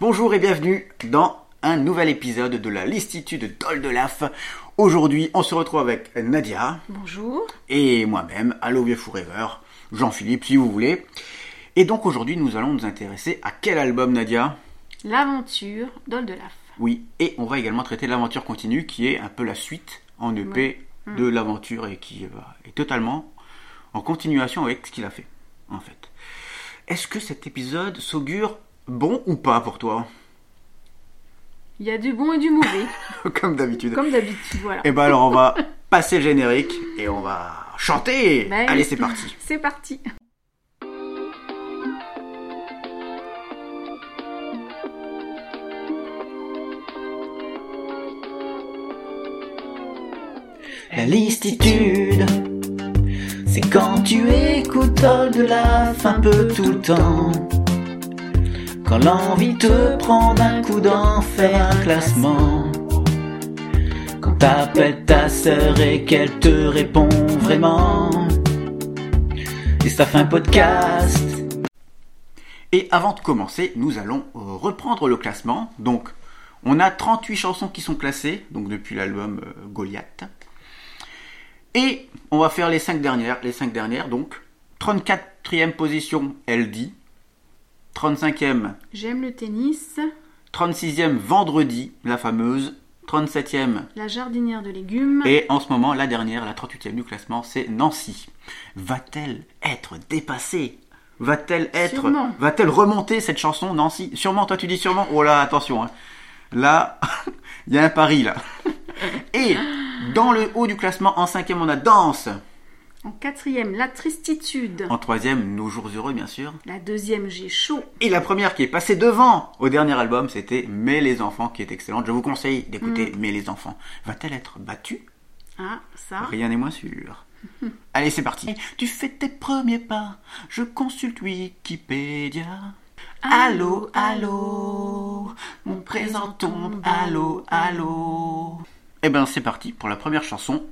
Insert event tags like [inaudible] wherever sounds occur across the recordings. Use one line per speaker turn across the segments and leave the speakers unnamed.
Bonjour et bienvenue dans un nouvel épisode de la Listitude Dol de Laf. Aujourd'hui, on se retrouve avec Nadia
Bonjour.
et moi-même, Allo Vieux Forever, Jean-Philippe si vous voulez. Et donc aujourd'hui, nous allons nous intéresser à quel album, Nadia
L'aventure d'Oldelaf.
Oui, et on va également traiter l'aventure continue qui est un peu la suite en EP de l'aventure et qui euh, est totalement en continuation avec ce qu'il a fait, en fait. Est-ce que cet épisode s'augure bon ou pas pour toi
Il y a du bon et
[laughs]
du mauvais,
Comme d'habitude.
comme d'habitude, voilà.
Et ben alors on va passer le générique et on va chanter.
Ben
Allez,
oui.
c'est parti.
C'est parti.
La listitude, c'est quand tu écoutes Old de la fin peu tout le temps. Quand l'envie te prend d'un coup d'en faire un classement. Quand t'appelles ta sœur et qu'elle te répond vraiment. Et ça fait un podcast.
Et avant de commencer, nous allons euh, reprendre le classement. Donc, on a 38 chansons qui sont classées, donc depuis l'album euh, Goliath. Et on va faire les 5 dernières. Les 5 dernières, donc, 34e position, elle dit. 35e,
J'aime le tennis,
36e, vendredi, la fameuse. 37e,
la jardinière de légumes.
Et en ce moment, la dernière, la 38e du classement, c'est Nancy. Va-t-elle être dépassée Va-t-elle être.
Sûrement.
Va-t-elle remonter cette chanson, Nancy Sûrement, toi tu dis sûrement. Oh là, attention. hein. Là, [laughs] il y a un pari là. [laughs] Et dans le haut du classement, en cinquième, on a Danse.
En quatrième, la tristitude.
En troisième, Nos jours heureux, bien sûr.
La deuxième, j'ai chaud.
Et la première qui est passée devant au dernier album, c'était Mais les enfants, qui est excellente. Je vous conseille d'écouter Mais les enfants. Va-t-elle être battue
Ah, ça.
Rien n'est moins [laughs] sûr. Allez, c'est parti. Tu fais tes premiers pas, je consulte Wikipédia. Allô, allô, mon présent tombe, allô, allô. Eh ben, c'est parti pour la première chanson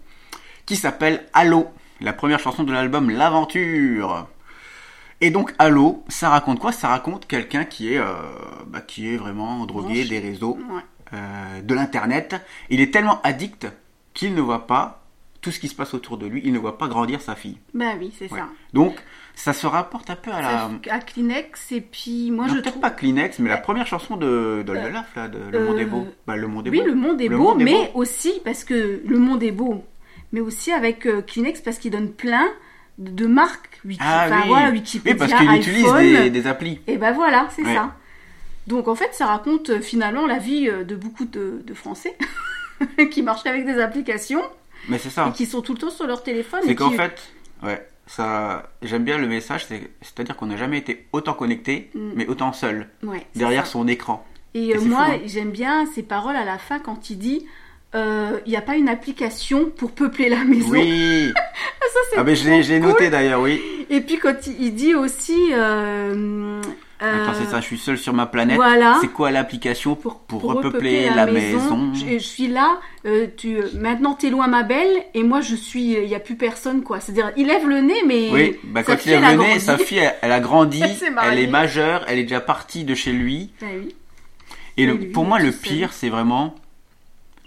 qui s'appelle Allô, la première chanson de l'album L'Aventure. Et donc, Allô, ça raconte quoi Ça raconte quelqu'un qui est, euh, bah, qui est vraiment drogué
Branché.
des réseaux
Ouais.
euh, de l'internet. Il est tellement addict qu'il ne voit pas tout ce qui se passe autour de lui. Il ne voit pas grandir sa fille.
Bah oui, c'est
Ouais.
ça.
Donc ça se rapporte un peu à la.
Ça fait À Kleenex, et puis moi
Euh, Non,
je
peut-être
trouve.
pas Kleenex, mais la première chanson de de Oldelaf, là, de Le Monde est beau.
Euh,
Bah, le Monde est
Oui,
beau.
le monde est
Le
beau,
monde est
mais aussi parce que le monde est beau. Mais aussi avec euh, Kleenex parce qu'il donne plein de, de marques. Wiki-
Ah
enfin,
oui.
voilà,
Oui,
Wikipédia,
parce qu'il utilise
iPhone.
des, des applis.
Et ben voilà, c'est
Ouais.
ça. Donc en fait, ça raconte euh, finalement la vie euh, de beaucoup de, de Français [laughs] qui marchaient avec des applications
Mais c'est
et
ça.
qui sont tout le temps sur leur téléphone.
Ah. C'est
et
qu'en
qui-
fait, ouais, ça. J'aime bien le message, c'est- c'est-à-dire qu'on n'a jamais été autant connecté,
Mm.
mais autant seul,
Ouais, c'est
derrière
ça.
son écran.
Et euh,
c'est
moi,
fou, hein.
j'aime bien ces paroles à la fin quand il dit euh, il n'y a pas une application pour peupler la maison.
Oui.
[laughs] Ça, c'est-
ah mais je l'ai- je l'ai noté d'ailleurs, oui.
Et puis quand il il dit aussi. euh, euh,
Attends, c'est ça, je suis seul sur ma planète.
Voilà.
C'est quoi l'application pour,
pour,
pour, repeupler la, maison,
Je, je suis là, euh, tu, maintenant t'es loin ma belle, et moi je suis, il n'y a plus personne quoi. C'est-à-dire, il lève le nez, mais
Oui, bah,
sa
quand
fille,
il
elle a
est venu,
grandi.
sa fille, elle, elle a grandi,
[laughs] Elle s'est
elle
mariée.
est majeure, elle est déjà partie de chez lui.
Ah oui.
Et
Et
le,
lui,
pour moi,
tout
le
seul.
pire, c'est vraiment,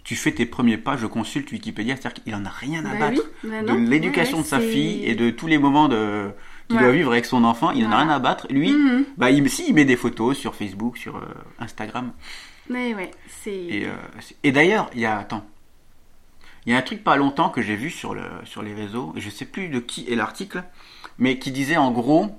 tu fais tes premiers pas, je consulte Wikipédia, c'est-à-dire qu'il en a rien à
Bah
battre
oui, bah
de
non.
l'éducation
Ouais,
de sa
c'est-
fille et de tous les moments de qu'il
Ouais.
doit vivre avec son enfant, il en a
Voilà.
rien à battre. Lui,
Mhm.
bah, il, si, il met des photos sur Facebook, sur euh, Instagram.
Mais ouais, c'est.
Et, euh, c'est- et d'ailleurs, il y a attends, il y a un truc pas longtemps que j'ai vu sur le sur les réseaux, et je sais plus de qui est l'article, mais qui disait en gros,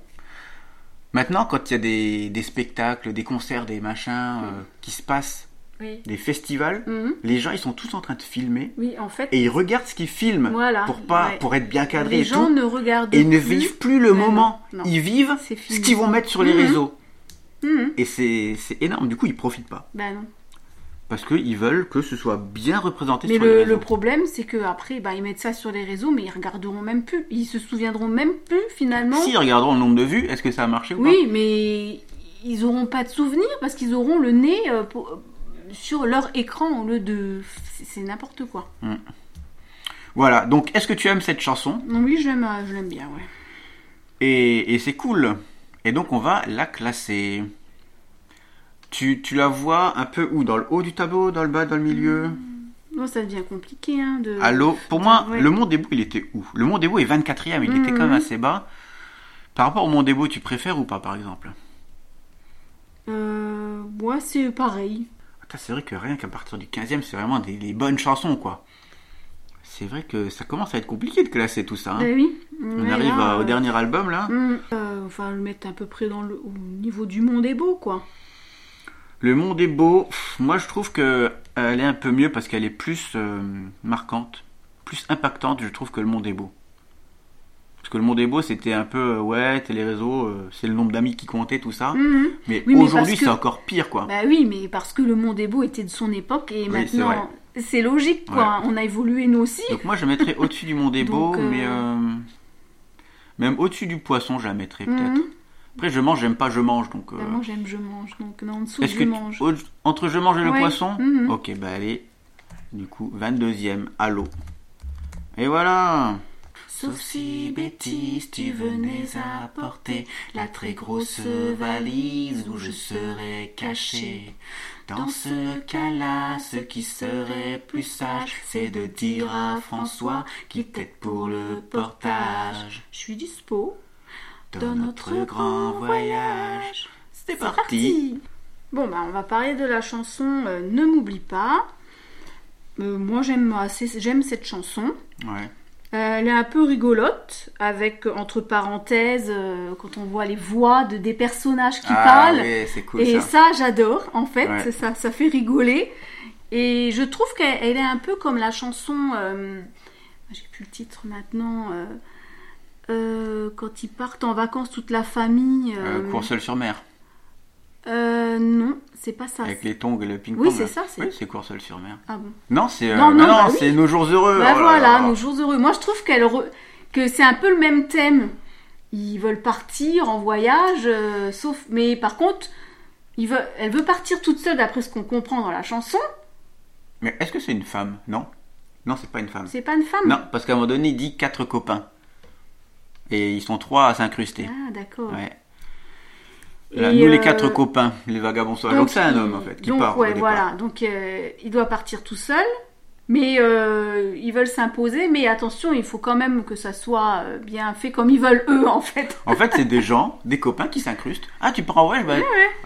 maintenant quand il y a des, des spectacles, des concerts, des machins euh, qui se passent,
Oui.
des festivals,
Mhm.
les gens ils sont tous en train de filmer
Oui, en fait,
et ils regardent ce qu'ils filment
Voilà,
pour pas
ouais.
pour être bien cadrés
les
et
gens
tout,
ne regardent
et ils ne
plus.
vivent plus le
Ouais, non,
moment,
non.
ils vivent
C'est
ce
fini.
qu'ils vont mettre sur les
Mhm.
réseaux
Mhm.
et c'est c'est énorme. Du coup ils profitent pas.
Bah non.
Parce qu'ils veulent que ce soit bien représenté
Mais
sur les
le,
réseaux.
le problème, c'est que après, bah, ils mettent ça sur les réseaux, mais ils regarderont même plus. Ils se souviendront même plus finalement.
Si, regardons le nombre de vues, est-ce que ça a marché ou
Oui, mais ils auront pas de souvenirs parce qu'ils auront le nez euh, pour- euh, sur leur écran au lieu de. C'est c'est n'importe quoi.
pas Voilà, donc est-ce que tu aimes cette chanson
Non, oui, je l'aime euh, je l'aime bien, ouais.
Et, et c'est cool. Et donc on va la classer. Tu, tu la vois un peu où Dans le haut du tableau, dans le bas, dans le milieu
Bon, ça devient compliqué. Hein, de...
Allô Pour moi,
Ouais.
le Mont Debout, il était où Le Mont Debout est 24ème, il était quand même
Mhm.
assez bas. Par rapport au Mont Debout, tu préfères ou pas, par exemple
Euh, moi, c'est pareil.
Putain, C'est vrai que rien qu'à partir du 15ème, c'est vraiment des, des bonnes chansons, quoi. C'est vrai que ça commence à être compliqué de classer tout ça. hein.
Bah oui.
On
Ouais,
arrive
là,
à- au
euh,
dernier album, là.
hmm, euh, enfin, le mettre à peu près dans le, au niveau du monde est beau, quoi.
Le Monde est beau. Pff, Moi, je trouve que euh, elle est un peu mieux parce qu'elle est plus euh, marquante, plus impactante. Je trouve que le Monde est beau. Parce que le Monde est beau, c'était un peu euh, ouais, les réseaux, euh, c'est le nombre d'amis qui comptait, tout ça.
Hmm.
Mais
Oui, mais
aujourd'hui,
parce que-
c'est encore pire, quoi.
Bah oui, mais parce que le monde est beau était de son époque et
Ah. Oui, c'est vrai.
maintenant, c'est logique, quoi. On a évolué nous aussi.
Donc moi, je mettrais au-dessus du
[laughs]
Monde est beau,
Donc, euh,
mais euh, même au-dessus du poisson, je la mettrais peut-être.
Hmm.
Après, je mange, j'aime pas, je mange, donc. euh,
Bah, moi, j'aime, je mange. Donc, non, en dessous,
Est-ce
je
que tu-
mange.
au- entre je mange et le
Ouais.
poisson
Mhm.
Ok, bah elle est du coup 22e à l'eau. Et voilà
Sauf si bêtise, tu venais apporter la très grosse valise où je serais caché. Dans ce cas-là, ce qui serait plus sage, c'est de dire à François qui t'aide pour le portage.
Je suis dispo.
Dans notre grand voyage,
c'est
C'est
parti.
Bon, bah, on va parler de la chanson euh, Ne m'oublie pas. Euh, moi, j'aime assez, j'aime cette chanson.
Ouais.
Euh, elle est un peu rigolote, avec euh, entre parenthèses, euh, quand on voit les voix de, des personnages qui
Ah,
parlent.
ouais, c'est cool
et
ça.
ça, j'adore, en fait,
Ouais.
ça, ça fait rigoler. Et je trouve qu'elle elle est un peu comme la chanson, euh, j'ai plus le titre maintenant, euh, euh, quand ils partent en vacances toute la famille.
Euh,
euh,
Courseul sur mer,
euh, non, c'est pas ça.
avec les tongs et le ping-pong.
Oui, c'est
là.
ça, c'est-
Oui, c'est Courseul sur mer.
Ah bon.
Non, c'est euh,
Non, non, bah oui.
c'est Nos jours heureux.
bah
oh là là.
voilà, nos jours heureux. Moi, je trouve qu'elle re- que c'est un peu le même thème. Ils veulent partir en voyage, euh, sauf. Mais par contre, il veut... elle veut partir toute seule, d'après ce qu'on comprend dans la chanson.
Mais est-ce que c'est une femme Non. Non, c'est pas une femme.
C'est pas une femme.
Non, parce qu'à un moment donné, il dit quatre copains. Et ils sont trois à s'incruster.
Ah, d'accord.
Ouais. Là,
Et,
nous, les
euh,
quatre copains, les vagabonds sauvages. Donc, c'est un
il-
homme, en fait, qui
donc,
part au
ouais,
départ.
voilà. Donc, euh, il doit partir tout seul. Mais euh, ils veulent s'imposer. Mais attention, il faut quand même que ça soit euh, bien fait comme ils veulent eux, en fait.
En fait, c'est des gens, des copains qui s'incrustent. Ah, tu pars en voyage bah,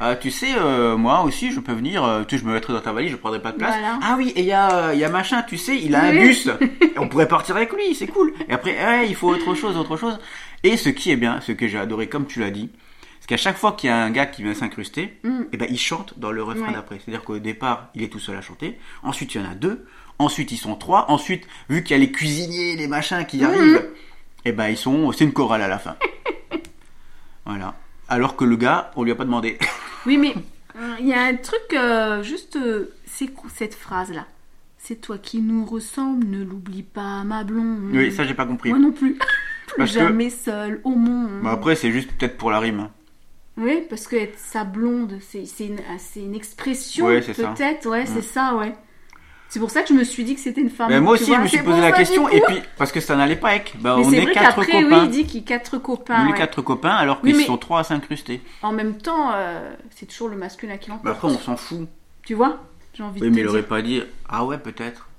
ah, Tu sais, euh, moi aussi, je peux venir. euh, tu sais, je me mettrai dans ta valise, je prendrai pas de place.
Voilà.
Ah oui, et il y, a, euh, il y a machin, tu sais, il a un
Oui. [laughs]
bus. Et on pourrait partir avec lui, c'est cool. Et après, ouais, il faut autre chose, autre chose. Et ce qui est bien, ce que j'ai adoré, comme tu l'as dit, c'est qu'à chaque fois qu'il y a un gars qui vient s'incruster,
Mm.
et ben, il chante dans le refrain
Ouais.
d'après. C'est-à-dire qu'au départ, il est tout seul à chanter. Ensuite, il y en a deux. Ensuite, ils sont trois. Ensuite, vu qu'il y a les cuisiniers, les machins qui
Mhm.
arrivent, et ben ils sont. C'est une chorale à la
[laughs]
fin. voilà. Alors que le gars, on lui a pas demandé.
Oui, mais euh, il y a un truc, euh, juste, euh, c'est quoi cette phrase-là C'est toi qui nous ressemble, ne l'oublie pas, ma blonde.
oui, ça j'ai pas compris.
Moi
[laughs]
non plus. plus
Parce que-
jamais seule au monde.
Bah, après, c'est juste peut-être pour la rime.
Oui, parce que être sa blonde, c'est c'est une, ah, c'est une expression,
Ouais, c'est ça.
peut-être. Ouais,
Mm.
c'est ça, ouais. C'est pour ça que je me suis dit que c'était une femme.
Ben, moi
Ah, Tu
aussi,
vois,
je me suis
c'est
posé
pour
la
ça,
question.
du
Et
coup.
puis, parce que ça n'allait pas avec. Ben,
Mais
on
c'est
est
vrai
quatre
qu'après, oui,
copains.
il dit qu'il y a quatre
Nous,
copains.
les
ouais.
quatre copains, alors
Oui,
qu'ils
mais-
sont trois à s'incruster.
En même temps, euh, c'est toujours le masculin qui l'emporte.
Ben, après, on s'en fout.
Tu vois J'ai envie
Oui,
de
mais
te
il
dire.
aurait pas dit. Ah ouais, peut-être.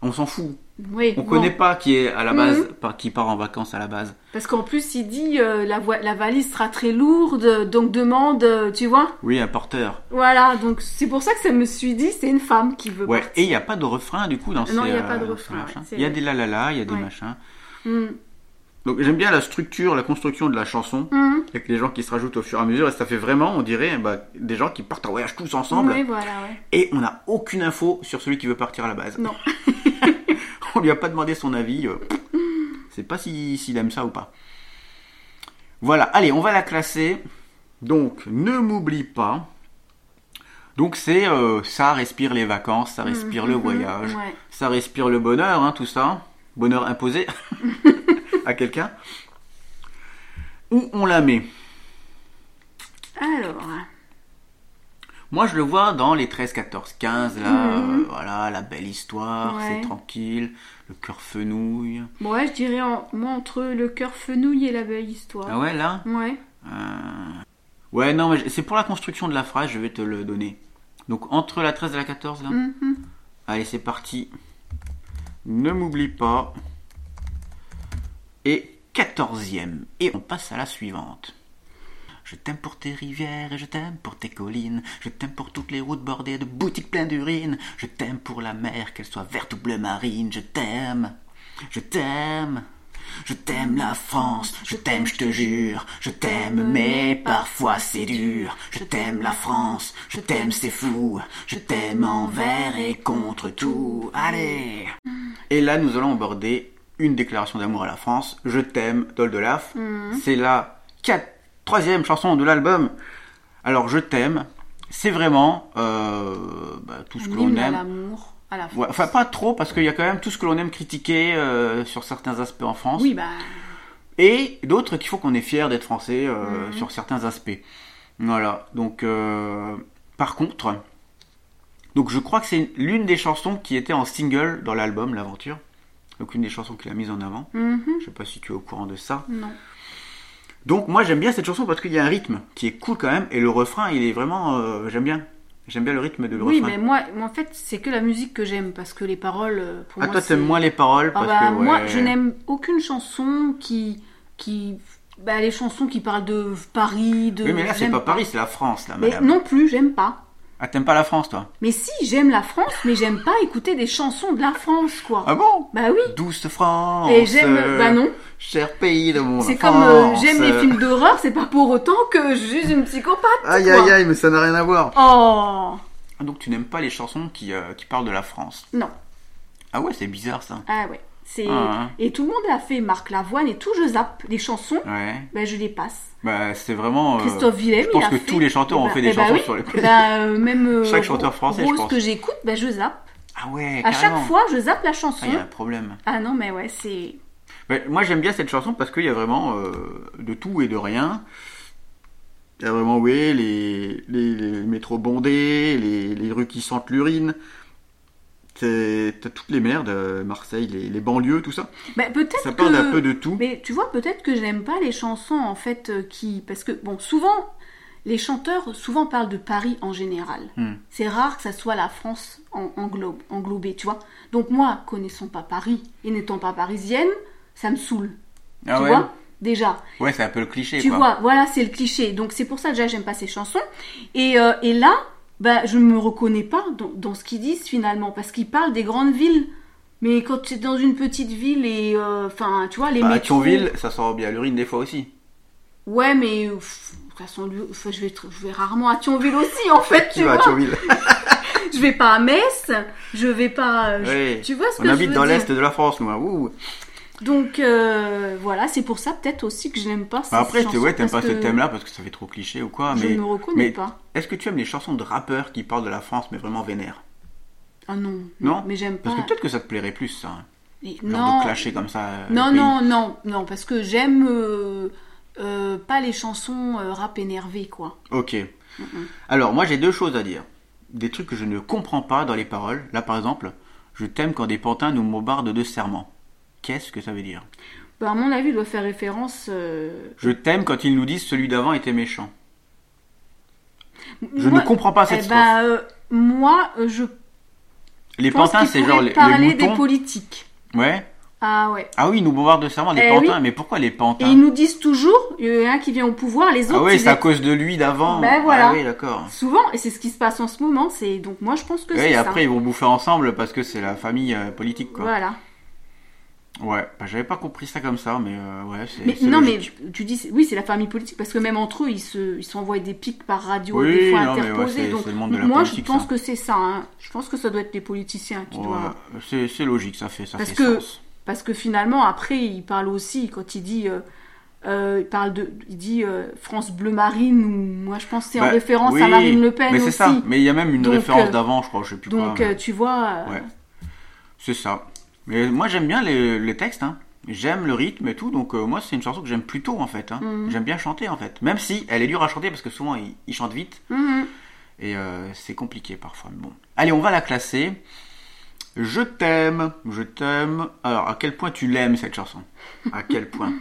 On s'en fout.
Oui,
On
bon.
connaît pas qui est à la base,
Mhm.
par- qui part en vacances à la base.
Parce qu'en plus, il dit euh, la, voi- la valise sera très lourde, donc demande, euh, tu vois
Oui, un porteur.
Voilà, donc c'est pour ça que ça me suis dit, c'est une femme qui veut
Ouais. Et
partir.
il n'y a pas de refrain du coup dans ces.
Non, il y a
euh,
pas de
ces
refrain,
machins.
ouais, c'est
Il y a
vrai.
des la la la, il y a des
Ouais.
machins.
Hum,
Donc j'aime bien la structure, la construction de la chanson,
hum.
avec les gens qui se rajoutent au fur et à mesure, et ça fait vraiment, on dirait, bah, des gens qui partent en voyage tous ensemble,
Oui, voilà, ouais.
et on n'a aucune info sur celui qui veut partir à la base.
Non.
[laughs] on lui a pas demandé son avis. euh, pff, c'est pas si- s'il aime ça ou pas. Voilà, allez, on va la classer. Donc, ne m'oublie pas. Donc, c'est euh, ça respire les vacances, ça respire le
Mhm,
voyage,
ouais.
ça respire le bonheur, hein, tout ça. Bonheur
[laughs]
imposé à quelqu'un. Où on la met
Alors,
Moi, je le vois dans les 13, 14, 15, là,
Mhm.
euh, voilà, la belle histoire,
Ouais.
c'est tranquille, le cœur fenouille.
bon, ouais, je dirais, en- moi, entre le cœur fenouil et la belle histoire.
Ah ouais, là
ouais.
Euh, Ah Ouais, non, mais j- c'est pour la construction de la phrase, je vais te le donner. Donc entre la 13 et la 14, là.
Mhm.
Allez, c'est parti. Ne m'oublie pas. Et 14e. Et on passe à la suivante. Je t'aime pour tes rivières et je t'aime pour tes collines. Je t'aime pour toutes les routes bordées de boutiques pleines d'urine. Je t'aime pour la mer, qu'elle soit verte ou bleue marine. Je t'aime. Je t'aime. Je t'aime la France, je t'aime, je te jure, je t'aime, mais parfois c'est dur. Je t'aime la France, je t'aime, c'est fou, je t'aime envers et contre tout. Allez Mm. Et là, nous allons aborder une déclaration d'amour à la France. Je t'aime, Dol de Laf. C'est la quatre- troisième chanson de l'album. Alors, je t'aime, c'est vraiment euh, bah, tout ce que
Un
l'on
hymne à
aime.
l'amour, à la
Ouais,
fois.
enfin, pas trop, parce qu'il y a quand même tout ce que l'on aime critiquer euh, sur certains aspects en France.
Oui, bah.
Et d'autres qu'il faut qu'on est fier d'être français euh,
Mhm.
sur certains aspects. Voilà. Donc, euh, par contre, donc je crois que c'est l'une des chansons qui était en single dans l'album L'Aventure. Donc, une des chansons qu'il a mise en avant.
mhm,
Je sais pas si tu es au courant de ça.
Non.
Donc, moi, j'aime bien cette chanson parce qu'il y a un rythme qui est cool quand même. Et le refrain, il est vraiment. euh, j'aime bien. J'aime bien le rythme de le
oui,
refrain.
mais moi, moi, en fait, c'est que la musique que j'aime parce que les paroles, euh, pour
Ah,
moi.
toi,
c'est-
t'aimes moins les paroles
Ah
parce
bah,
que. ouais.
Moi, je n'aime aucune chanson qui. qui bah, les chansons qui parlent de Paris, de.
Oui, mais là, c'est
j'aime
pas Paris, c'est la France, là,
Mais
madame.
non plus, j'aime pas.
Ah, t'aimes pas la France, toi
Mais si, j'aime la France, mais j'aime pas écouter des chansons de la France, quoi.
Ah bon
Bah oui.
Douce France
Et j'aime.
euh,
Bah non.
Cher pays de mon
C'est comme euh,
enfance.
j'aime les films d'horreur, c'est pas pour autant que je suis une psychopathe.
Euh, Aïe
quoi.
aïe aïe, mais ça n'a rien à voir.
Oh
Donc tu n'aimes pas les chansons qui, euh, qui parlent de la France.
non.
Ah ouais, c'est bizarre ça.
Ah ouais. C'est
Ah, hein.
et tout le monde l'a fait. Marc Lavoine et tout, je zappe les chansons.
Ouais.
Ben je les passe.
Bah c'est vraiment. euh,
Christophe Willem,
je pense
il a
que
fait-
tous les chanteurs
Eh
ont
ben-
fait des
eh ben
chansons
oui.
sur les-
Eh ben,
[laughs]
euh, même euh,
Chaque chanteur français, je
Rose
pense.
que j'écoute, ben je zappe.
Ah ouais.
À
carrément.
chaque fois, je zappe la chanson.
Ah, il y a un problème.
Ah non, mais ouais, c'est.
Ouais, moi j'aime bien cette chanson parce qu'il y a vraiment euh, de tout et de rien. Il y a vraiment, oui, les, les, les métros bondés, les, les rues qui sentent l'urine. C'est- T'as toutes les merdes, euh, Marseille, les, les banlieues, tout ça.
Ben, peut-être
Ça
que.
parle un peu de tout.
Mais tu vois, peut-être que j'aime pas les chansons en fait euh, qui. Parce que, bon, souvent, les chanteurs souvent parlent de Paris en général.
Hmm.
C'est rare que ça soit la France en, englobe, englobée, tu vois. Donc, moi, connaissant pas Paris et n'étant pas parisienne, ça me saoule.
Ah
tu
ouais
vois Déjà,
Ouais, c'est un peu le cliché,
tu
quoi.
vois, voilà, c'est le cliché. Donc, c'est pour ça déjà, j'aime pas ces chansons. Et, euh, et là, bah, je me reconnais pas dans, dans ce qu'ils disent finalement, parce qu'ils parlent des grandes villes. Mais quand tu es dans une petite ville et. euh, Enfin, tu vois, les
Bah, à
métros-
Thionville, ça sent bien l'urine des fois aussi.
Ouais, mais euh, pff, de toute façon, lui- enfin, je, vais, tr- je vais rarement à Thionville aussi,
[laughs]
en fait, tu vois.
Thionville.
Je vais pas à Metz, je vais pas... euh, je-
Ouais.
Tu vois ce
On
que je
habite
veux
dans
dire
l'est de la France, nous. hein. Ouh.
Donc, euh, voilà, c'est pour ça peut-être aussi que je n'aime pas cette
Bah, après,
chanson,
tu ouais, t'aimes pas
parce
ce
que
thème-là parce que ça fait trop cliché ou quoi.
Je
mais
ne me reconnais
mais
pas.
Est-ce que tu aimes les chansons de rappeurs qui parlent de la France mais vraiment vénères
Ah non,
Non
mais j'aime pas...
Parce que peut-être que ça te plairait plus, ça. hein.
Et-
Genre
non,
de clasher comme ça. euh,
non,
le pays.
non, non, non, parce que j'aime euh, euh, pas les chansons euh, rap énervé, quoi.
Ok. Alors, moi, j'ai deux choses à dire. Des trucs que je ne comprends pas dans les paroles. Là, par exemple, je t'aime quand des pantins nous bombardent de serments. Qu'est-ce que ça veut dire
Bah, à mon avis, il doit faire référence... euh,
Je t'aime quand ils nous disent celui d'avant était méchant. Je
moi-
ne comprends pas cette
eh
strophe.
ben, euh, moi, euh, je
Les
pense
pantins,
qu'il
c'est
pourrait
genre les, les
parler des
moutons.
politiques.
Ouais.
Ah ouais.
Ah oui, ils nous bombardent de serments, les
Eh
pantins.
oui.
Mais pourquoi les
Et
pantins
ils nous disent toujours, il y en a un qui vient au pouvoir, les autres.
Ah oui,
ils
c'est à
aient-
cause de lui d'avant.
Ben voilà.
Ah oui, d'accord.
Souvent, et c'est ce qui se passe en ce moment. C'est donc moi, je pense que
Ouais,
c'est
et
ça.
après, ils vont bouffer ensemble parce que c'est la famille euh, politique, quoi.
voilà.
Ouais, bah, j'avais pas compris ça comme ça, mais euh, ouais, c'est.
Mais
c'est
non, mais
logique.
tu tu dis, c'est- oui, c'est la famille politique parce que même entre eux, ils se, ils s'envoient des pics par radio
Oui,
des fois
non, mais ouais,
interposés.
c'est-
donc
c'est le monde de la
moi, je
politique,
pense
ça.
que c'est ça. hein. Je pense que ça doit être les politiciens qui
Ouais,
doivent.
c'est, c'est logique, ça fait, ça
Parce
fait
que-
sens.
Parce que finalement, après, il parle aussi quand il dit. euh, euh, il parle de, il dit euh, France bleu marine ou moi je pense que c'est en
Bah,
référence à
oui,
Marine Le Pen
Mais c'est
aussi.
ça, mais il y a même une
Donc,
référence
euh,
d'avant, je crois, je sais plus
Donc
quoi. mais
euh, tu vois, euh,
Ouais. C'est ça. Mais moi, j'aime bien les, les textes, hein. J'aime le rythme et tout, donc euh, moi, c'est une chanson que j'aime plutôt, en fait. hein.
Mhm.
J'aime bien chanter, en fait. Même si elle est dure à chanter parce que souvent, ils ils chantent vite.
mhm.
Et euh, c'est compliqué parfois. mais Bon. Allez, on va la classer. Je
[laughs]
t'aime, je t'aime. Alors, à quel point tu l'aimes cette chanson À quel point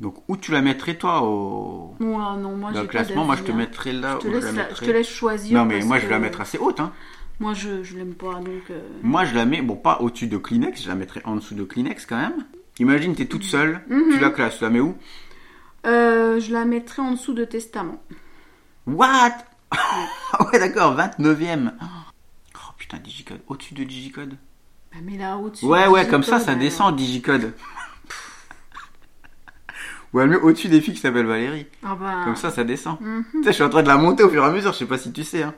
Donc, où tu la mettrais, toi, au...
Non, ah non, moi,
dans
j'ai
le
pas
classement Moi, je te
d'avis, hein.
mettrais là
Je te,
où
laisse
je la
la- je
mettrais.
te laisse choisir.
non, mais
parce
moi, je la
que
mettrais assez haute. Hein.
Moi, je, je l'aime pas, donc. euh,
Moi, je la mets, bon, pas au-dessus de Kleenex, je la mettrais en dessous de Kleenex quand même. Imagine, t'es toute seule,
Mhm.
tu la classes, tu la mets où
euh, je la mettrais en dessous de Testament.
What [laughs] Ah Ouais, d'accord, 29ème. Oh putain, Digicode, au-dessus de Digicode.
Bah, mais là au-dessus.
Ouais,
du
ouais, comme ça,
Zipcode,
ça
alors.
descend, Digicode. Ouais, mieux au-dessus des filles qui s'appellent Valérie.
Ah bah.
Comme ça, ça descend.
mhm.
Tu sais, je suis en train de la monter au fur et à mesure, je sais pas si tu sais. Hein.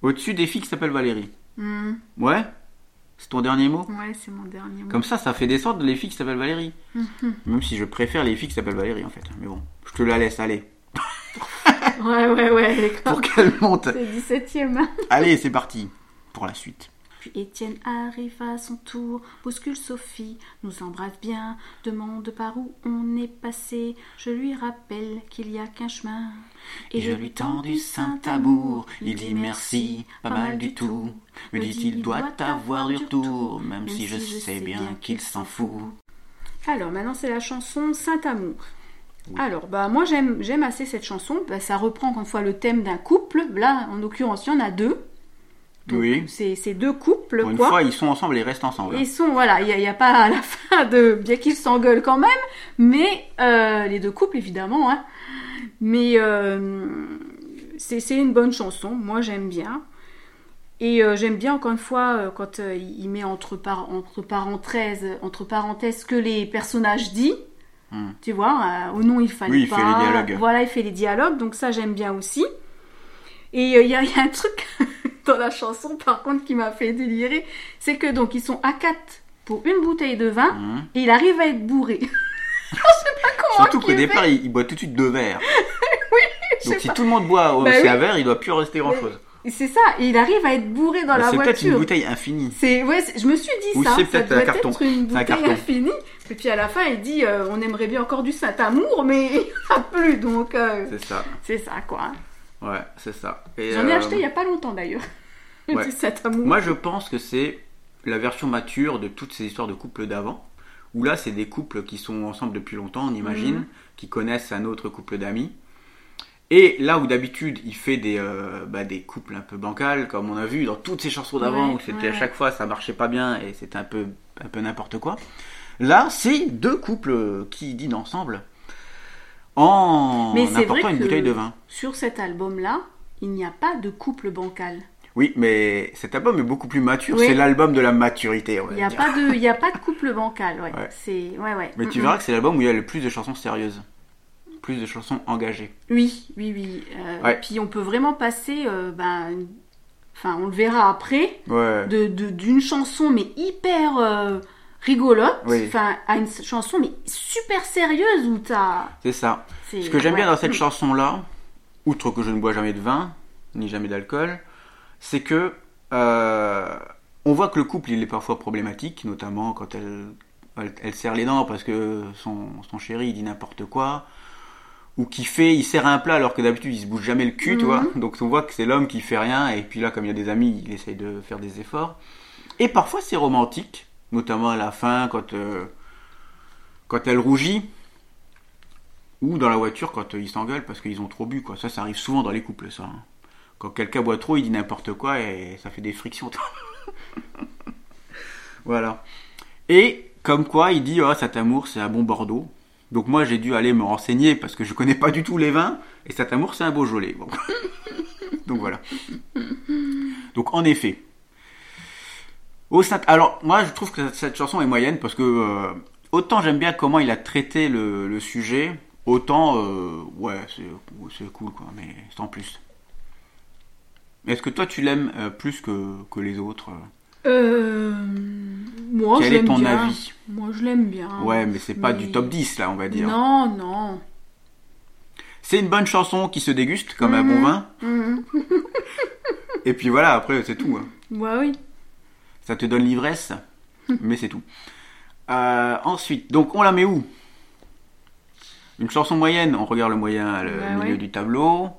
Au-dessus des filles qui s'appellent Valérie.
Mhm.
Ouais C'est ton dernier mot
Ouais, c'est mon dernier mot.
Comme ça, ça fait descendre les filles qui s'appellent Valérie.
Mhm.
Même si je préfère les filles qui s'appellent Valérie en fait. Mais bon, je te la laisse, allez.
Ouais, ouais, ouais,
Pour
d'accord.
qu'elle monte.
C'est 17 e
Allez, c'est parti pour la suite.
Puis Étienne arrive à son tour, bouscule Sophie, nous embrasse bien, demande par où on est passé. Je lui rappelle qu'il y a qu'un chemin.
Et je lui tends du saint amour, il dit merci, pas mal du tout. Me dit-il doit avoir du retour, même si je sais bien qu'il s'en fout.
Alors maintenant c'est la chanson Saint Amour.
Oui.
Alors bah moi j'aime j'aime assez cette chanson. Bah, ça reprend encore une fois le thème d'un couple. Là en l'occurrence il y en a deux. Donc,
Oui.
C'est c'est deux couples
Pour une
quoi.
fois, ils sont ensemble et ils restent ensemble.
Ils sont, voilà, il n'y a, pas à la [laughs] fin de. Bien qu'ils s'engueulent quand même, mais euh, les deux couples évidemment, hein. Mais euh, c'est c'est une bonne chanson, moi j'aime bien. Et euh, j'aime bien encore une fois euh, quand euh, il met entre, par- entre, parenthèses, entre parenthèses ce que les personnages disent.
Hmm.
Tu vois, euh, au nom il fallait
Oui, il
pas.
fait les dialogues.
Voilà, il fait les dialogues, donc ça j'aime bien aussi. Et euh, il y, a- il y a un truc dans la chanson par contre qui m'a fait délirer, c'est que donc ils sont à 4 pour une bouteille de vin
Hein
et il arrive à être bourré. [laughs] Je sais pas comment
Surtout
il
qu'au
Oh, fait.
départ, ils, ils boivent tout de suite deux
[laughs]
verres.
je
Donc
sais
si
pas.
tout le monde boit aussi
Bah oui.
un verre, il doit plus rester grand chose.
Et C'est ça, et il arrive à être bourré dans la
Bah, c'est peut-être une
voiture.
bouteille infinie.
C'est ouais, c'est- je me suis dit
Ou
ça.
c'est
ça
peut-être
doit
un carton.
être une
C'est un
bouteille
carton.
infinie. Et puis à la fin, il dit euh, on aimerait bien encore du saint amour, mais [laughs] il n'y en a plus. Donc euh,
C'est ça.
c'est ça quoi.
Ouais, c'est ça. Et,
J'en ai
euh,
acheté il y a pas longtemps d'ailleurs. [laughs]
Ouais.
du saint amour.
Moi, je pense que c'est la version mature de toutes ces histoires de couples d'avant, où là, c'est des couples qui sont ensemble depuis longtemps, on imagine,
Mhm.
qui connaissent un autre couple d'amis. Et là où d'habitude il fait des, euh, bah, des couples un peu bancals, comme on a vu dans toutes ces chansons d'avant,
Ouais,
où c'était
ouais,
à
ouais.
chaque fois ça marchait pas bien et c'était un peu un peu n'importe quoi. Là, c'est deux couples qui dînent ensemble en
Mais c'est vrai
apportant une
que-
bouteille de vin.
Sur cet album là, il n'y a pas de couple bancal.
Oui, mais cet album est beaucoup plus mature.
Oui.
C'est l'album de la maturité. on va
Il n'y a
dire.
pas de, il y a pas de couple bancal. Ouais.
Ouais.
C'est ouais ouais.
Mais tu
Mm,
verras que c'est l'album où il y a le plus de chansons sérieuses. Plus de chansons engagées.
Oui, oui, oui. Euh,
Ouais.
Puis on peut vraiment passer, euh, ben, une- enfin, on le verra après,
Ouais.
de de- d'une chanson mais hyper euh, rigolote,
Oui.
enfin, à une chanson mais super sérieuse où t'as.
C'est ça.
c'est-
Ce que j'aime bien
ouais.
dans cette chanson-là, outre que je ne bois jamais de vin, ni jamais d'alcool, c'est que euh, on voit que le couple il est parfois problématique, notamment quand elle, elle, elle serre les dents parce que son, son chéri il dit n'importe quoi, ou qui fait, il serre un plat alors que d'habitude il se bouge jamais le cul, tu
Mhm.
vois. Donc on voit que c'est l'homme qui fait rien, et puis là, comme il y a des amis, il essaye de faire des efforts. Et parfois c'est romantique, notamment à la fin quand, euh, quand elle rougit. Ou dans la voiture quand euh, ils s'engueulent parce qu'ils ont trop bu, quoi. Ça, ça arrive souvent dans les couples, ça. hein. Quand quelqu'un boit trop, il dit n'importe quoi et ça fait des frictions. [laughs] voilà. Et comme quoi, il dit Ah, cet amour, c'est un bon Bordeaux. Donc moi, j'ai dû aller me renseigner parce que je connais pas du tout les vins et cet amour, c'est un Beaujolais. Bon. [laughs] Donc voilà. Donc en effet. Au Saint- Alors moi, je trouve que cette chanson est moyenne parce que euh, autant j'aime bien comment il a traité le, le sujet, autant euh, ouais, c'est c'est cool quoi, mais sans plus. Est-ce que toi tu l'aimes euh, plus que, que les autres euh
Euh, moi, Oh, je
Quel est
l'aime
ton
bien.
avis
Moi, je l'aime bien.
Ouais, mais c'est pas
mais-
du top 10 là, on va dire.
Non, non.
C'est une bonne chanson qui se déguste comme un
Mhm.
bon vin.
Mhm.
Et puis voilà, après c'est tout. hein.
mm. Ouais, oui.
Ça te donne l'ivresse,
Hum.
mais c'est tout. Euh, ensuite, donc on la met où Une chanson moyenne, on regarde le moyen, le
Bah
milieu
ouais.
du tableau.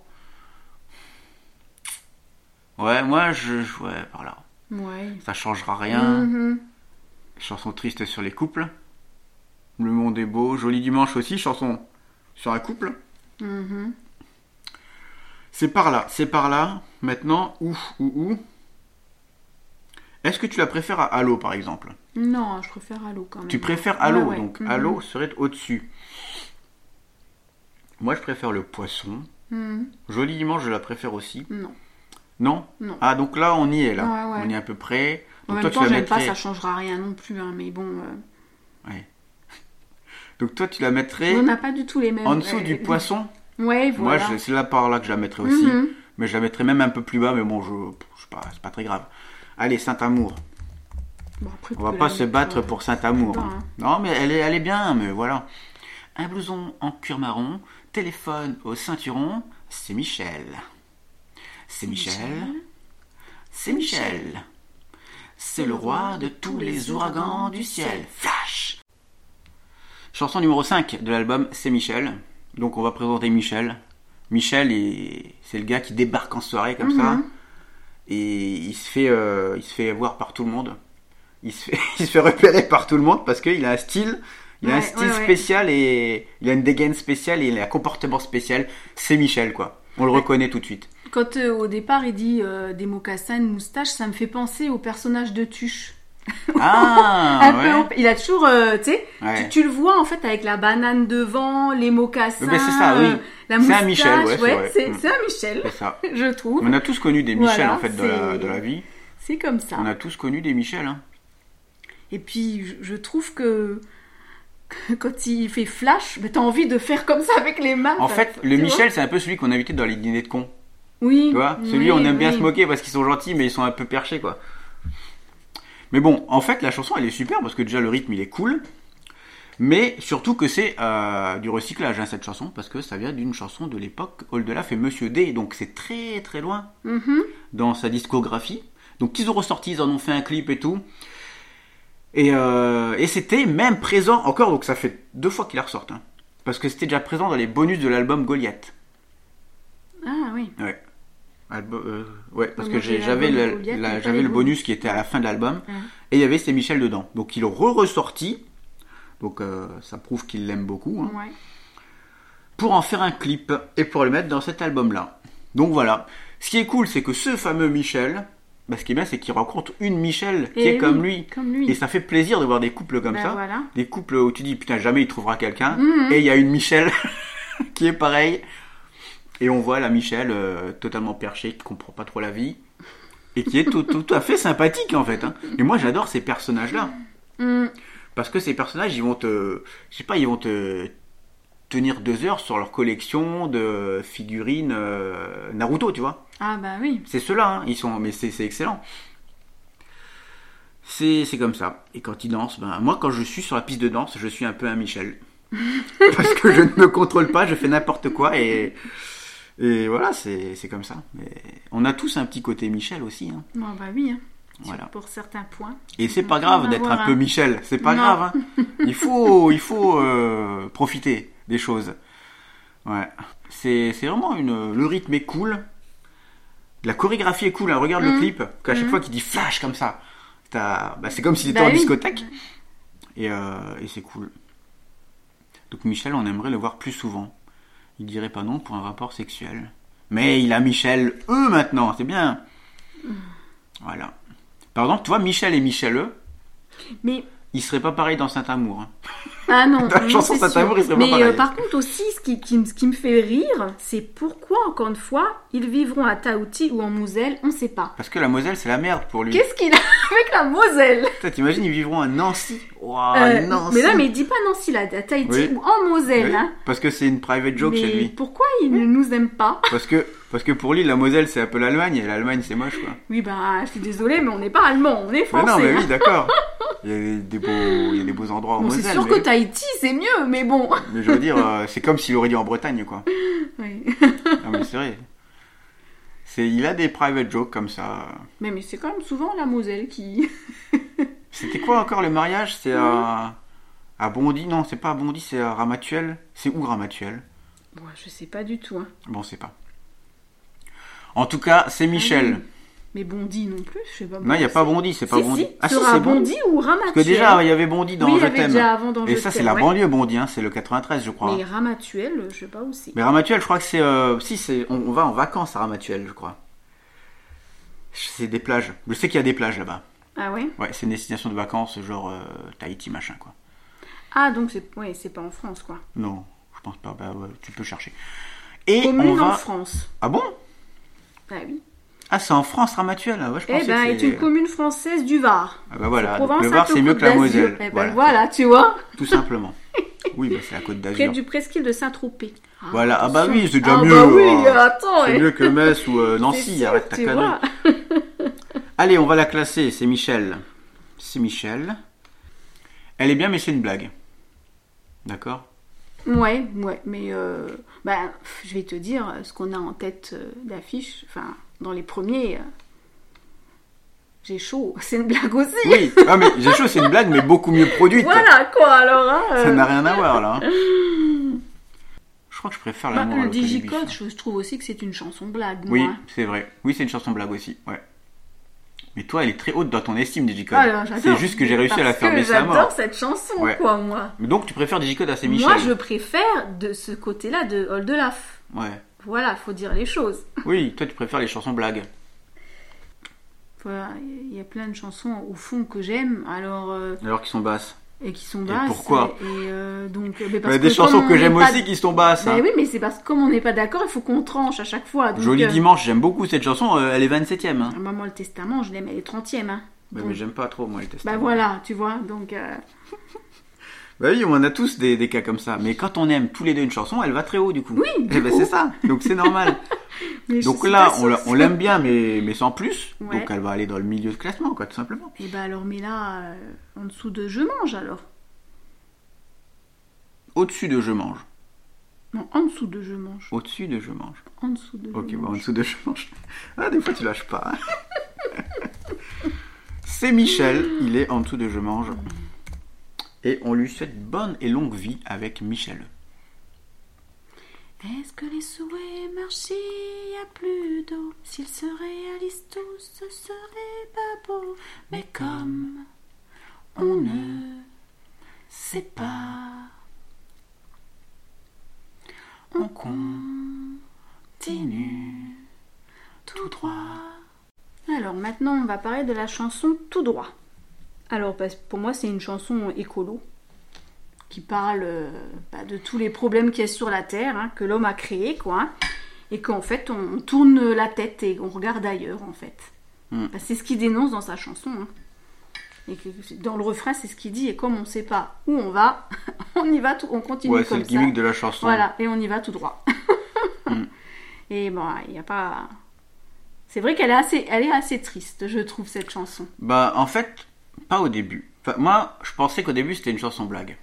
Ouais, moi je. je- Ouais, par là.
Ouais.
Ça changera rien.
Mhm.
Chanson triste sur les couples. Le monde est beau, joli dimanche aussi, chanson sur un couple.
Mhm.
C'est par là, c'est par là. Maintenant, où, ou où. Est-ce que tu la préfères à Halo, par exemple
Non, je préfère Allo quand même.
Tu préfères Halo,
Ouais, ouais.
donc
Mhm.
Halo serait au-dessus. Moi, je préfère le poisson.
Mhm.
Joli dimanche, je la préfère aussi.
Non.
Non
Non.
Ah, donc là, on y est, là.
Ouais, ouais.
On y est à peu près.
En
Donc
même
toi, tu
temps,
la
j'aime pas,
mettrais...
ça changera rien non plus, hein, mais bon. euh,
Donc toi, tu la mettrais
on n'a pas du tout les mêmes.
en dessous
euh,
du poisson
[laughs] Ouais, voilà.
Moi, je- c'est là par là que je la mettrais aussi.
Mhm.
Mais je la mettrais même un peu plus bas, mais bon, je, je sais pas, c'est pas très grave. Allez, Saint-Amour.
Bon, après, tu
On va
peux
pas
la
se
mettre,
battre
euh,
pour Saint-Amour.
Non,
hein.
hein.
Non, mais elle est, elle est bien, mais voilà. Un blouson en cuir marron, téléphone au ceinturon, c'est Michel. C'est Michel. C'est Michel. C'est le roi de tous les ouragans du ciel. Flash Chanson numéro 5 de l'album C'est Michel. Donc on va présenter Michel. Michel, il- c'est le gars qui débarque en soirée comme ça.
Mhm.
Et il se, fait, euh, il se fait voir par tout le monde. Il se fait, [laughs] il se fait repérer par tout le monde parce qu'il a un style. Il a un
Ouais,
style
ouais, ouais.
spécial et il a une dégaine spéciale et il a un comportement spécial. C'est Michel, quoi. On le reconnaît tout de
[laughs]
suite.
Quand euh, au départ il dit euh, des mocassins, une moustache, ça me fait penser au personnage de Tuche.
Ah
Un
ouais.
peu, il a toujours, euh, tu sais,
Ouais.
tu, tu le vois en fait avec la banane devant, les mocassins,
Oui, mais c'est ça, oui. C'est
la moustache.
un Michel, ouais, c'est vrai.
c'est
Mm.
c'est un Michel, [laughs]
C'est ça.
je trouve.
On a tous connu des Michel
Voilà,
en fait de la,
c'est-
de la vie.
C'est comme ça.
On a tous connu des Michel. Hein.
Et puis je, je trouve que, que quand il fait flash, bah, t'as envie de faire comme ça avec les mains.
En
ça-
fait, le
tu vois
Michel, c'est un peu celui qu'on invitait dans les dîners de cons.
oui,
Tu vois Celui,
oui,
on aime bien
oui.
se moquer parce qu'ils sont gentils, mais ils sont un peu perchés, quoi. Mais bon, en fait, la chanson, elle est super parce que déjà, le rythme, il est cool. Mais surtout que c'est euh, du recyclage, hein, cette chanson, parce que ça vient d'une chanson de l'époque, Oldelaf et Monsieur D. Donc, c'est très, très loin
Mhm.
dans sa discographie. Donc ils ont ressorti, ils en ont fait un clip et tout. Et, euh, et c'était même présent encore, donc ça fait deux fois qu'il la ressortent. hein. Parce que c'était déjà présent dans les bonus de l'album Goliath.
Ah oui.
Ouais. Albo- euh, ouais, parce
Moi,
que
j'ai
j'ai- j'avais
l'album
le,
Goliath,
la-
mais pas Hein.
j'avais
les
le
bonus.
bonus qui était à la fin de l'album.
Ouais.
Et il y avait ces Michel dedans. Donc ils l'ont re-ressorti. Donc euh, ça prouve qu'ils l'aiment beaucoup. hein
Ouais.
pour en faire un clip et pour le mettre dans cet album-là. Donc voilà. Ce qui est cool, c'est que ce fameux Michel, bah, ce qui est bien, c'est qu'il rencontre une Michel qui
Et
est
Eh oui,
comme lui.
Comme lui.
Et ça fait plaisir de voir des couples comme
Bah,
ça.
voilà.
Des couples où tu dis, putain, jamais il trouvera quelqu'un.
Mhm.
Et il y a une Michel [laughs] qui est pareille. Et on voit la Michel euh, totalement perchée, qui comprend pas trop la vie. Et qui est tout, tout- tout à fait sympathique en fait. hein. Et moi j'adore ces personnages-là.
Mm.
Parce que ces personnages, ils vont te. Je sais pas, ils vont te tenir deux heures sur leur collection de figurines euh, Naruto, tu vois.
Ah bah oui.
C'est ceux-là, hein, ils sont. Mais c'est c'est excellent. C'est c'est comme ça. Et quand ils dansent, ben, moi, quand je suis sur la piste de danse, je suis un peu un Michel. Parce que je ne me contrôle pas, je fais n'importe quoi et. Et voilà, c'est c'est comme ça. Mais on a tous un petit côté Michel aussi. hein.
Bon, bah oui. hein. Sur-
Voilà.
Pour certains points.
Et c'est pas
On
grave
va
d'être
voir
un peu
un-
Michel, c'est pas
Non.
grave. hein. Il faut, il faut euh, profiter des choses. Ouais. C'est c'est vraiment une. Le rythme est cool. La chorégraphie est cool. hein. Regarde le
Mhm.
clip. qu'à chaque
Mhm.
fois qu'il dit flash comme ça, t'as- bah, c'est comme si t'étais
Bah
en
oui.
discothèque. Et, euh, et c'est cool. Donc Michel, on aimerait le voir plus souvent. Il dirait pas non pour un rapport sexuel. Mais il a Michel E maintenant, c'est bien. Voilà. Par exemple, tu vois, Michel et Michel E,
Mais
ils seraient pas pareils dans Saint-Amour. hein.
ah
[laughs]
non.
La
non,
chanson
c'est
Saint
sûr.
Amour, il serait pas
Mais euh,
pareil.
par contre aussi, ce qui, qui, me- ce qui me fait rire, c'est pourquoi encore une fois ils vivront à Taouti ou en Moselle, on sait pas.
Parce que la Moselle, c'est la merde pour lui.
Qu'est-ce qu'il a [laughs] avec la Moselle
Putain, T'imagines, ils vivront à Nancy. Waouh,
Euh,
Nancy.
Mais là, mais il dit pas Nancy là, à Tahiti
Ah Oui.
ou en Moselle.
Oui,
hein.
Parce que c'est une private joke
mais
chez lui.
pourquoi il ne nous aime pas
Parce que, parce que pour lui, la Moselle, c'est un peu l'Allemagne, et l'Allemagne, c'est moche, quoi.
Oui, bah je suis désolée, mais on n'est pas allemand, on est
Mais
français.
non, mais
hein.
oui,
[laughs]
d'accord. Il y a des beaux, il y a des beaux endroits en
Bon, c'est
Moselle.
sûr
mais,
que Tahiti c'est mieux,
[laughs]
mais bon.
mais je veux dire, euh, c'est comme s'il aurait dit en Bretagne, quoi.
Oui.
Non, mais c'est vrai. C'est, il a des private jokes comme ça.
Mais, mais c'est quand même souvent la Moselle qui. [laughs]
C'était quoi encore le mariage C'est à. À Bondy Non, c'est pas à Bondy, c'est à Ramatuel. C'est où Ramatuel
Bon, je sais pas du tout. hein.
Bon, c'est pas. En tout cas, c'est Michel.
Ah Mais Bondi non plus, je sais pas.
Non, il n'y a pas Bondy, c'est pas
si,
Bondy.
Si, sera Bondi ou Ramatuel.
Parce que déjà, il y avait Bondy dans
oui, il y
Je
avait
t'aime.
déjà avant dans
Et
Je
ça, c'est
t'aime,
la
ouais.
banlieue Bondy, hein, c'est le 93, je crois.
Mais Ramatuel, je sais pas où c'est.
Mais Ramatuel, je crois que c'est. euh, si, c'est, on, on va en vacances à Ramatuel, je crois. C'est des plages. Je sais qu'il y a des plages là-bas.
Ah ouais
Ouais, c'est une destination de vacances, genre euh, Tahiti, machin, quoi.
Ah donc c'est ouais, c'est pas en France quoi.
Non, je pense pas. Bah, ouais, tu peux chercher. Et on
Commune en
va.
France.
Ah bon
Ah oui.
Ah, c'est en France, Ramatuel. Ah, Ouais, je
Eh
pensais
ben,
que
est
c'est-
une commune française du Var.
Ah bah voilà, donc
Provence, hein,
le Var, c'est mieux que la
Sainte-Côte d'Azur.
Moselle.
Eh ben,
voilà,
voilà, tu vois,
tout simplement. Oui, bah, c'est la Côte
[laughs] près
d'Azur.
du presqu'île de Saint-Tropez. Ah,
Voilà, ah bah
attention.
oui, c'est déjà
ah,
mieux.
Bah oui,
hein.
attends.
C'est
eh.
mieux que Metz ou euh,
C'est
Nancy,
sûr,
arrête ta
tu
connerie.
vois.
Allez, on va la classer, c'est Michel. C'est Michel. Elle est bien, mais c'est une blague.
[laughs]
D'accord
Ouais, ouais, mais euh, bah, pff, je vais te dire euh, ce qu'on a en tête euh, d'affiche. Enfin, dans les premiers, euh, j'ai chaud. [laughs] C'est une blague aussi.
Oui, ah, mais j'ai chaud, c'est une blague, mais beaucoup mieux produite.
Voilà quoi, alors. hein,
Ça
euh,
n'a rien à voir là. hein. Je crois que je préfère
bah,
l'amour à
le
l'hôtel du
digicode,
bus.
je, je trouve aussi que c'est une chanson blague.
Oui,
Moi.
c'est vrai. Oui, c'est une chanson blague aussi. Ouais. Mais toi, elle est très haute dans ton estime, Digicode.
Ah, non, j'adore.
c'est juste que j'ai réussi à la
Parce
faire
que
baisser à
J'adore
mort.
cette chanson,
Ouais.
quoi, moi.
Donc, tu préfères Digicode à ses Michel
Moi, je préfère de ce côté-là de Oldelaf.
Ouais.
Voilà, faut dire les choses.
Oui, toi, tu préfères les chansons blagues.
Voilà, Il y a plein de chansons au fond que j'aime, alors euh,
Alors qu'ils sont basses.
et qui sont basses.
pourquoi
Et, euh, donc, euh, mais
Il y
parce
a des
que
chansons
comme
que
on
j'aime
n'est pas-
aussi qui sont basses. hein.
Mais oui, mais c'est parce que comme on n'est pas d'accord, il faut qu'on tranche à chaque fois. Donc,
Joli
euh,
dimanche, j'aime beaucoup cette chanson, euh, elle est 27 e hein.
Maman le testament, je l'aime, elle est 30e. Hein.
Bah,
Donc,
mais j'aime pas trop moi les tests.
bah voilà, tu vois, donc euh,
Bah oui, on en a tous des, des cas comme ça. Mais quand on aime tous les deux une chanson, elle va très haut du coup.
Oui, du
Eh ben,
coup.
c'est ça. Donc c'est normal.
mais [laughs] je
Donc
suis
là,
pas
on,
sûre
l'a-
que
on
ça-
l'aime bien, mais, mais sans plus.
Ouais.
Donc elle va aller dans le milieu de classement, quoi, tout simplement.
Et bah alors, mais là, euh, en dessous de je mange alors.
Au-dessus de je mange.
Non, en dessous de je mange.
Au-dessus de je mange.
En dessous de je
Ok, bah, bon, en
mange.
dessous de je mange. [laughs] Ah, des fois tu lâches pas. hein. [laughs] c'est Michel, il est en dessous de je mange. Et on lui souhaite bonne et longue vie avec Michel.
Est-ce que les souhaits marchaient à plus d'eau S'ils se réalisent tous, ce serait pas beau. Mais comme on ne sait pas, on continue tout droit. Alors maintenant, on va parler de la chanson Tout droit. Alors, parce- pour moi, c'est une chanson écolo qui parle euh, bah, de tous les problèmes qu'il y a sur la Terre, hein, que l'homme a créé, quoi. hein, Et qu'en fait, on, on tourne la tête et on regarde ailleurs, en fait.
Mm.
Bah, c'est ce qu'il dénonce dans sa chanson. hein. Et que, c'est- dans le refrain, c'est ce qu'il dit. Et comme on ne sait pas où on va, [laughs] on y va, tout, on continue
Ouais, c'est
comme
le
ça.
gimmick de la chanson.
Voilà, et on y va tout droit.
[laughs] Mm.
Et bon, il n'y a pas. C'est vrai qu'elle est assez, elle est assez triste, je trouve cette chanson.
Bah, en fait, pas au début. Enfin, moi, je pensais qu'au début, c'était une chanson blague.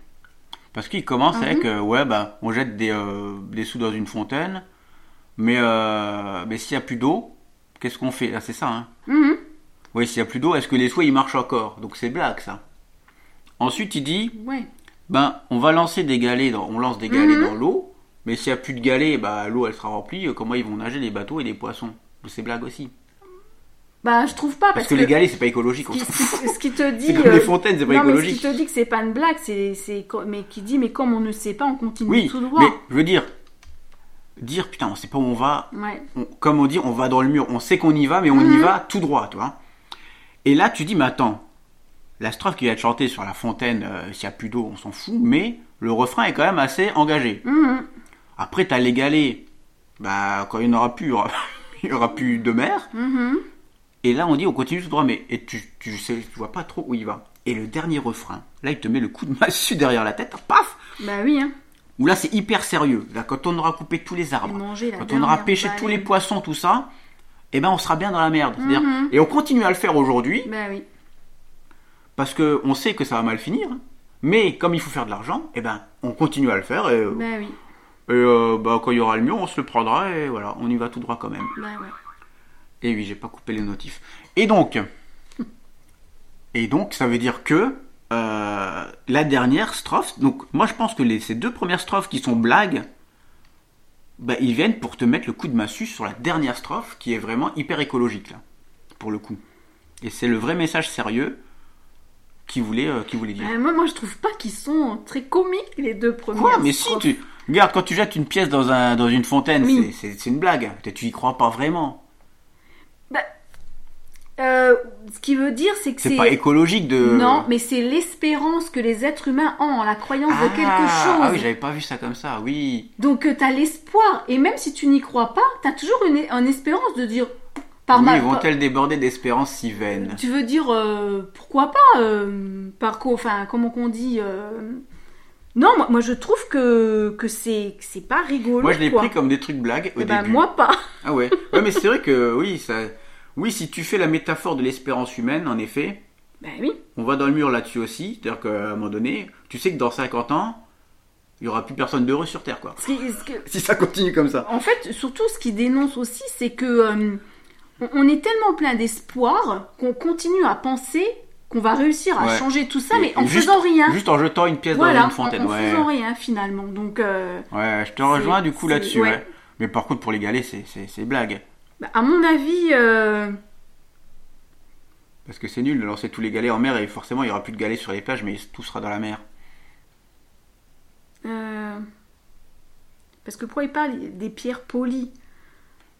Parce qu'il commence
Mhm.
avec, euh, ouais, bah, on jette des, euh, des sous dans une fontaine, mais, euh, mais s'il n'y a plus d'eau, qu'est-ce qu'on fait Ah, c'est ça, hein
Mhm.
Oui, s'il n'y a plus d'eau, est-ce que les souhaits, ils marchent encore Donc c'est blague, ça. Ensuite, il dit,
Ouais.
ben, on va lancer des galets, dans, on lance des galets
Mhm.
dans l'eau, mais s'il n'y a plus de galets, bah, l'eau, elle sera remplie, euh, comment ils vont nager les bateaux et les poissons Donc c'est blague aussi.
Bah, je trouve pas parce,
Parce, que, les galets, c'est pas écologique, on
ce qui-
s'en fout.
ce qui- ce qui te
[laughs]
dit.
C'est comme les
euh,
fontaines, c'est pas
non, mais ce
écologique.
qui te dit que c'est pas une blague, c'est, c'est, co- mais qui dit, mais comme on ne sait pas, on continue
Oui,
tout droit.
mais je veux dire, dire putain, on sait pas où on va.
Ouais.
on- comme on dit, on va dans le mur. On sait qu'on y va, mais on
Mhm.
y va tout droit, tu vois. Et là, tu dis, mais attends, la strophe qui va être chantée sur la fontaine, euh, s'il y a plus d'eau, on s'en fout, mais le refrain est quand même assez engagé.
Mhm.
Après, t'as les galets. Bah, quand il n'y en aura plus, il y aura- [laughs] il y aura plus de mer.
Mhm.
Et là, on dit, on continue tout droit, mais et tu, tu sais, tu vois pas trop où il va. Et le dernier refrain, là, il te met le coup de massue [laughs] derrière la tête, paf,
Bah oui, hein.
où là c'est hyper sérieux. Là, quand on aura coupé tous les arbres,
Et manger la
Ah, quand on aura
dernière
pêché
baleine.
tous les poissons, tout ça, eh ben on sera bien dans la merde. C'est-à-dire-
Mhm.
Et on continue à le faire aujourd'hui
Bah oui.
parce que on sait que ça va mal finir. Mais comme il faut faire de l'argent, eh ben on continue à le faire et,
Bah oui.
et, euh, bah, quand il y aura le mieux, on se le prendra et voilà, on y va tout droit quand même.
Bah ouais.
Et Eh oui, j'ai pas coupé les notifs. Et donc, et donc, ça veut dire que euh, la dernière strophe. Donc, moi, je pense que les- ces deux premières strophes qui sont blagues, bah, ils viennent pour te mettre le coup de massue sur la dernière strophe qui est vraiment hyper écologique là. pour le coup. Et c'est le vrai message sérieux qu'il voulait, euh, qu'il voulait dire.
Euh, moi, moi, je trouve pas qu'ils sont très comiques, les deux premiers.
Quoi Mais si, tu. Regarde, quand tu jettes une pièce dans, un, dans une fontaine,
Oui.
c'est- c'est c'est une blague. Peut-être tu y crois pas vraiment.
Euh, ce qui veut dire, c'est que
C'est pas écologique de.
Non, mais c'est l'espérance que les êtres humains ont en la croyance de quelque chose.
Ah oui, j'avais pas vu ça comme ça, oui.
Donc euh, t'as l'espoir, et même si tu n'y crois pas, t'as toujours une, une espérance de dire par
oui,
ma- par-
vont-elles déborder d'espérances si vaines
Tu veux dire euh, pourquoi pas euh, par quoi, enfin comment qu'on dit euh, Non, moi, moi, je trouve que que c'est que c'est pas rigolo.
Moi, je l'ai
quoi.
pris comme des trucs blagues au
Eh ben,
début.
moi pas. [laughs]
Ah ouais. Ouais, mais c'est vrai que oui, ça. Oui, si tu fais la métaphore de l'espérance humaine, en effet,
Ben oui.
on va dans le mur là-dessus aussi. C'est-à-dire qu'à un moment donné, tu sais que dans 50 ans, il y aura plus personne d'heureux sur Terre, quoi.
Ce qui- ce que-
[laughs] Si ça continue comme ça.
En fait, surtout, ce qui dénonce aussi, c'est que euh, on- on est tellement plein d'espoir qu'on continue à penser qu'on va réussir à
Ouais.
changer tout ça,
Et-
mais
et
en
juste-
faisant rien.
Hein Juste en jetant une pièce dans
Voilà,
une fontaine,
en, en
ouais.
faisant rien finalement. Donc, euh,
Ouais, je te
C'est-
rejoins du coup
c'est-
là-dessus,
ouais.
ouais. Mais par contre, pour les galets, c'est- c'est c'est blague.
bah, à mon avis, euh,
Parce que c'est nul de lancer tous les galets en mer et forcément, il y aura plus de galets sur les plages, mais tout sera dans la mer.
euh, parce que pourquoi il parle des pierres polies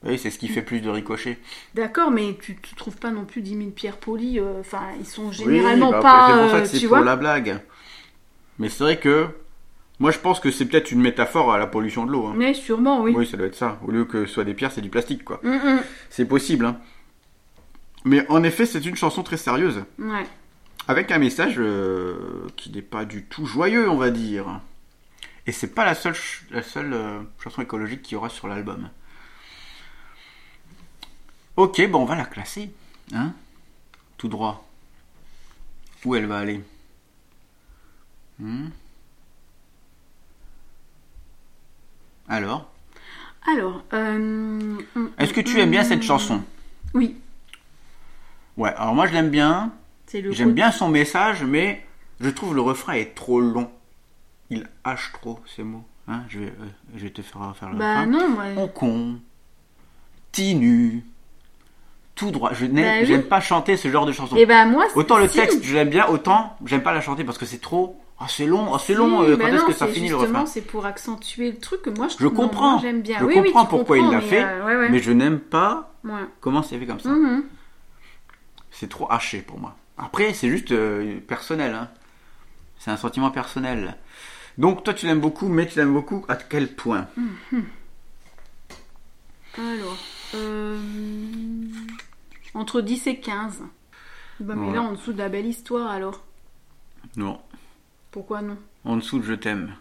Oui, c'est ce qui fait plus de ricochets.
D'accord, mais tu ne trouves pas non plus 10 000 pierres polies. euh, Enfin, ils sont
Oui,
généralement
bah,
pas.
C'est pour ça
euh,
que c'est
tu
pour
vois
la blague. Mais c'est vrai que. Moi, je pense que c'est peut-être une métaphore à la pollution de l'eau. hein.
Mais sûrement, oui.
Oui, ça doit être ça. Au lieu que ce soit des pierres, c'est du plastique, quoi.
Mm,
C'est possible, hein. Mais en effet, c'est une chanson très sérieuse.
mm, ouais.
Avec un message euh, qui n'est pas du tout joyeux, on va dire. Et c'est pas la seule, ch- la seule euh, chanson écologique qu'il y aura sur l'album. Ok, bon, on va la classer. Hein Tout droit. Où elle va aller Hmm Alors
Alors. euh, mm,
Est-ce que tu aimes bien
mm,
cette chanson
Oui.
Ouais, alors moi je l'aime bien.
C'est le
J'aime
côté-
bien son message, mais je trouve le refrain est trop long. Il hache trop ces mots. Hein, je, vais, euh, je vais te faire refaire le
Bah
refrain.
non, moi.
hein, On con, tinu, tout droit. Je n'ai-
Bah oui.
j'aime pas chanter ce genre de chanson.
Et ben moi, c'est-
autant le
si,
texte, je l'aime bien, autant j'aime pas la chanter parce que c'est trop. Ah, c'est long, ah, c'est
si,
long. euh,
bah
quand est-ce
non,
que ça
c'est
finit le
justement,
refrain
c'est pour accentuer le truc que moi je
Je
non, moi,
comprends.
J'aime bien.
Je
Oui, oui,
comprends
tu
pourquoi il
comprends,
l'a
mais,
fait,
euh, ouais, ouais.
Mais je n'aime pas
Ouais.
comment c'est fait comme ça.
Mhm.
C'est trop haché pour moi. Après, c'est juste euh, personnel. hein. C'est un sentiment personnel. Donc, toi, tu l'aimes beaucoup, mais tu l'aimes beaucoup à quel point
Alors, euh, entre 10 et 15. Bah, mais
Ouais.
là, en dessous de la belle histoire, alors.
Non.
Pourquoi non
En dessous de je t'aime.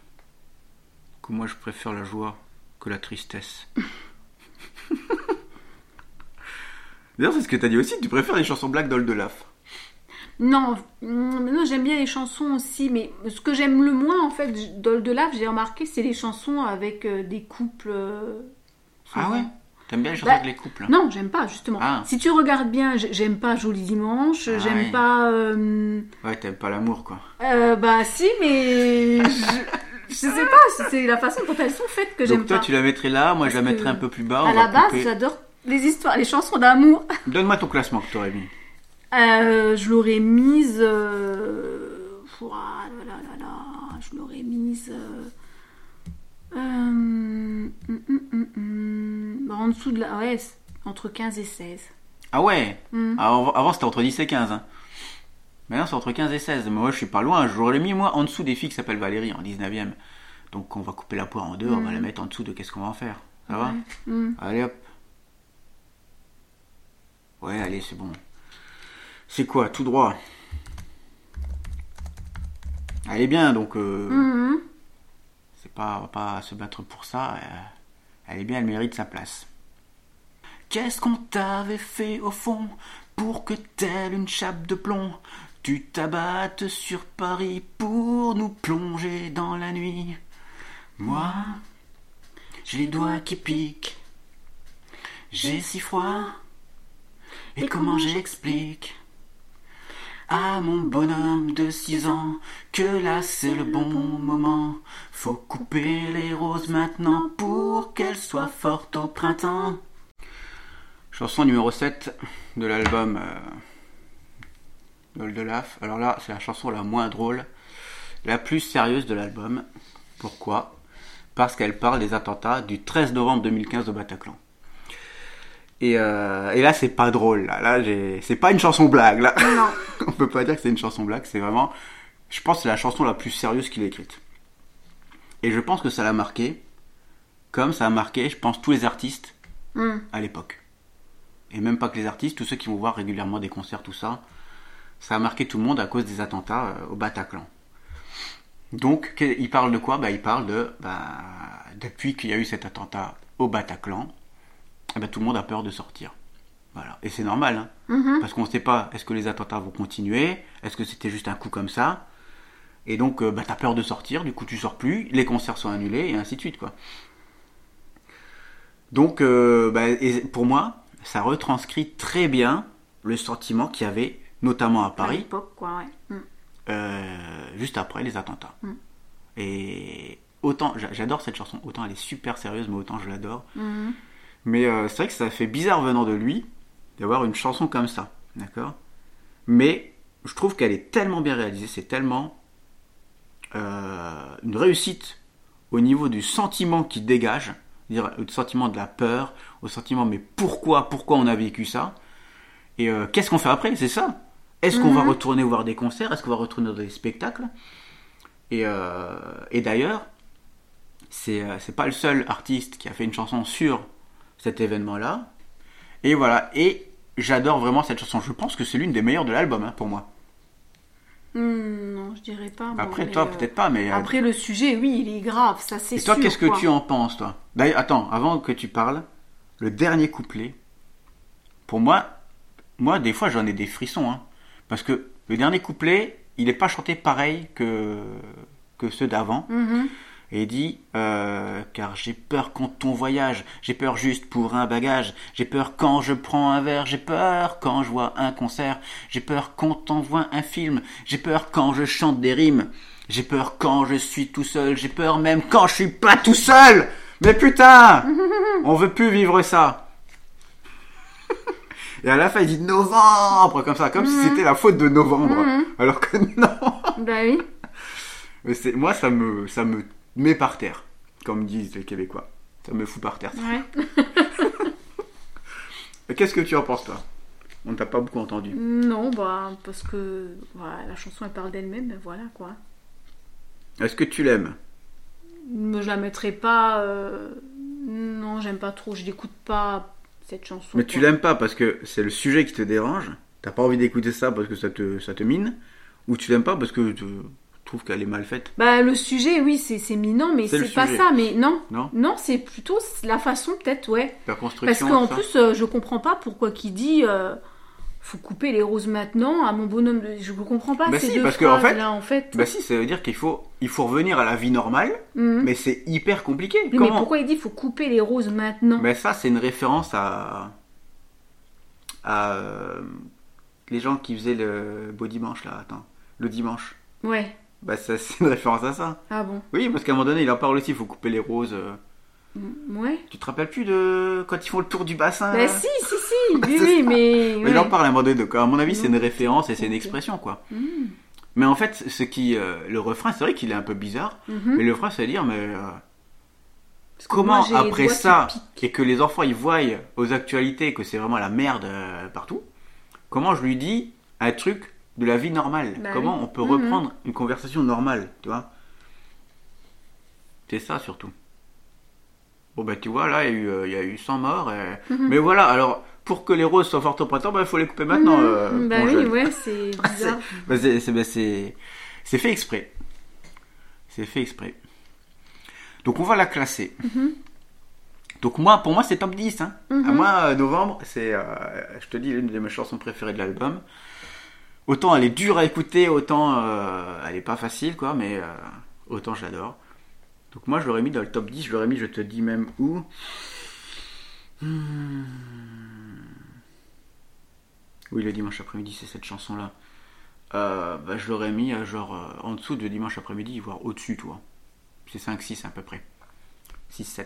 Que moi, je préfère la joie que la tristesse. [laughs] D'ailleurs, c'est ce que t'as dit aussi, tu préfères les chansons black d'Old Laf.
Non, mm, non j'aime bien les chansons aussi, mais ce que j'aime le moins, en fait, j- d'Old Love, j'ai remarqué, c'est les chansons avec euh, des couples. euh,
Ah
souvent.
ouais T'aimes bien les chansons
Bah,
avec les couples hein
Non, j'aime pas, justement.
Ah.
Si tu regardes bien, j- j'aime pas Joli Dimanche,
Ah
j'aime
ouais.
pas. euh,
Ouais, t'aimes pas l'amour, quoi.
euh, bah, si, mais. je... je sais pas, c'est la façon dont elles sont faites que j'aime
Donc, toi,
pas.
tu la mettrais là, moi, je la
Parce que
mettrais un peu plus bas. on
à
va
la base, euh,
couper.
j'adore les histoires, les chansons d'amour.
Donne-moi ton classement que t'aurais mis.
Euh, je l'aurais mise. euh, ouah, là, là, là, là, je l'aurais mise. euh, euh, hum, hum, hum, hum. Bah, en dessous de la. Ouais, c'est entre 15 et 16.
Ah ouais
Mm.
Ah, av- Avant, c'était entre 10 et 15. hein. Maintenant, c'est entre 15 et 16. Mais moi, je suis pas loin. J'aurais mis, moi, en dessous des filles qui s'appellent Valérie, en 19ème. Donc, on va couper la poire en deux, on va
Mm.
la mettre en dessous de qu'est-ce qu'on va en faire. Ça va
Hum.
Allez, hop. Ouais, allez, c'est bon. C'est quoi Tout droit. Elle est bien, donc... euh,
Hum, hum.
c'est pas, on va pas se battre pour ça. euh, elle est bien, elle mérite sa place. Qu'est-ce qu'on t'avait fait au fond pour que telle une chape de plomb tu t'abattes sur Paris pour nous plonger dans la nuit Moi, j'ai les doigts qui piquent, j'ai si froid, et comment j'explique à mon bonhomme de 6 ans que là c'est le bon moment. Faut couper les roses maintenant pour qu'elles soient fortes au printemps. Chanson numéro 7 de l'album euh, de Oldelaf. Alors là, c'est la chanson la moins drôle, la plus sérieuse de l'album. Pourquoi Parce qu'elle parle des attentats du 13 novembre 2015 au Bataclan. Et, euh, et là, c'est pas drôle. Là, là j'ai- c'est pas une chanson blague. Là.
hum,
On peut pas dire que c'est une chanson blague. C'est vraiment, je pense, que c'est la chanson la plus sérieuse qu'il ait écrite. Et je pense que ça l'a marqué, comme ça a marqué, je pense, tous les artistes
Hmm.
à l'époque. Et même pas que les artistes, tous ceux qui vont voir régulièrement des concerts, tout ça, ça a marqué tout le monde à cause des attentats euh, au Bataclan. Donc, que- il parle de quoi bah, Il parle de, bah, depuis qu'il y a eu cet attentat au Bataclan, eh ben, tout le monde a peur de sortir. Voilà. Et c'est normal, hein,
Mhm.
parce qu'on ne sait pas, est-ce que les attentats vont continuer Est-ce que c'était juste un coup comme ça Et donc, euh, bah, t'as peur de sortir, du coup, tu sors plus, les concerts sont annulés, et ainsi de suite, quoi. Donc, euh, bah, et pour moi, ça retranscrit très bien le sentiment qu'il y avait, notamment à
À
Paris,
l'époque, quoi, ouais. Hmm.
euh, juste après les attentats.
Mm.
Et autant, j'a- j'adore cette chanson, autant elle est super sérieuse, mais autant je l'adore.
Mhm.
Mais euh, c'est vrai que ça fait bizarre venant de lui d'avoir une chanson comme ça, d'accord Mais je trouve qu'elle est tellement bien réalisée, c'est tellement euh, une réussite au niveau du sentiment qui dégage, dire au sentiment de la peur, au sentiment mais pourquoi, pourquoi on a vécu ça Et euh, qu'est-ce qu'on fait après C'est ça. Est-ce qu'on va
Mhm.
retourner voir des concerts Est-ce qu'on va retourner dans des spectacles Et, euh, et d'ailleurs, c'est euh, c'est pas le seul artiste qui a fait une chanson sur cet événement-là. Et voilà. Et j'adore vraiment cette chanson. Je pense que c'est l'une des meilleures de l'album hein, pour moi.
Hmm, non, je dirais pas. bon,
Après
mais,
toi,
euh,
peut-être pas, mais euh,
Après, le sujet, oui, il est grave, ça c'est
Et
sûr.
toi, qu'est-ce que
quoi.
tu en penses, toi D'ailleurs, attends, avant que tu parles, le dernier couplet, pour moi, moi, des fois, j'en ai des frissons, hein, parce que le dernier couplet, il n'est pas chanté pareil que, que ceux d'avant,
Mhm.
et il dit euh, Car j'ai peur quand ton voyage, j'ai peur juste pour un bagage, j'ai peur quand je prends un verre, j'ai peur quand je vois un concert, j'ai peur quand on voit un film, j'ai peur quand je chante des rimes, j'ai peur quand je suis tout seul, j'ai peur même quand je suis pas tout seul Mais putain On veut plus vivre ça Et à la fin, il dit novembre, comme ça, comme si c'était la faute de novembre. Alors que non
[laughs] Bah oui.
mais c'est- moi, ça me, ça me met par terre, comme disent les Québécois. Ça me fout par terre.
Ouais.
Mais Qu'est-ce que tu en penses, toi On t'a pas beaucoup entendu.
Non, bah, parce que voilà, la chanson elle parle d'elle-même, ben voilà quoi.
Est-ce que tu l'aimes
Mais je la mettrai pas. euh, Non, j'aime pas trop, je l'écoute pas cette chanson.
Mais tu
quoi.
l'aimes pas parce que c'est le sujet qui te dérange. T'as pas envie d'écouter ça parce que ça te, ça te mine. Ou tu l'aimes pas parce que tu trouves qu'elle est mal faite.
Bah, le sujet, oui, c'est c'est minant, mais
C'est le
c'est pas
sujet.
ça, mais non.
Non.
Non, c'est plutôt la façon, peut-être, ouais.
La
Parce
construction.
qu'en
ça.
plus, euh, je comprends pas pourquoi qui dit euh, faut couper les roses maintenant à mon bonhomme. De... Je comprends pas
Bah
ces
si,
deux
parce que, en fait-
là en fait.
Bah si, ça veut dire qu'il faut, il faut revenir à la vie normale,
Mhm.
mais c'est hyper compliqué.
Oui, mais
Comment
pourquoi il dit faut couper les roses maintenant
Mais ça, c'est une référence à. à. euh, les gens qui faisaient le beau dimanche, là, attends. Le dimanche.
Ouais.
Bah, ça, [laughs] c'est une référence à ça.
Ah bon.
Oui, parce qu'à un moment donné, il en parle aussi, il faut couper les roses. euh.
Mm, Ouais.
Tu te rappelles plus de. quand ils font le tour du bassin là
Bah si, si, si, oui,
Ah. [laughs] C'est
oui, mais...
Mais il en
ouais.
parle à un moment donné, donc à mon avis, c'est une référence et c'est une
Ok.
expression, quoi.
Mm,
Mais en fait, ce qui. euh, le refrain, c'est vrai qu'il est un peu bizarre,
mhm.
mais le refrain, c'est dire, mais. euh,
Parce que
Comment
moi, j'ai les
après
doigts qui
ça,
piquent.
et que les enfants ils voient aux actualités que c'est vraiment la merde euh, partout, comment je lui dis un truc de la vie normale
Bah
Comment
oui.
on peut
Mhm.
reprendre une conversation normale, tu vois C'est ça surtout. Bon bah tu vois, là il y a eu, euh, il y a eu 100 morts. euh,
Mhm.
Mais voilà, alors pour que les roses soient fortes au printemps, bah, il faut les couper maintenant.
Mhm.
euh,
bah
mon
oui,
jeune. [laughs]
ouais, c'est bizarre.
Bah, c'est- c'est bah, c'est- c'est fait exprès. C'est fait exprès. Donc on va la classer.
Mhm.
Donc moi, pour moi, c'est top 10. hein.
Mhm.
À moi, euh, novembre, c'est, euh, je te dis, l'une de mes chansons préférées de l'album. Autant elle est dure à écouter, autant euh, elle est pas facile, quoi, mais euh, autant je l'adore. Donc moi, je l'aurais mis dans le top 10, je l'aurais mis, je te dis même où. Hmm. Oui, le dimanche après-midi, c'est cette chanson-là. Euh, bah, je l'aurais mis euh, genre euh, en dessous de dimanche après-midi, voire au-dessus, toi. C'est 5-6 à peu près. 6-7,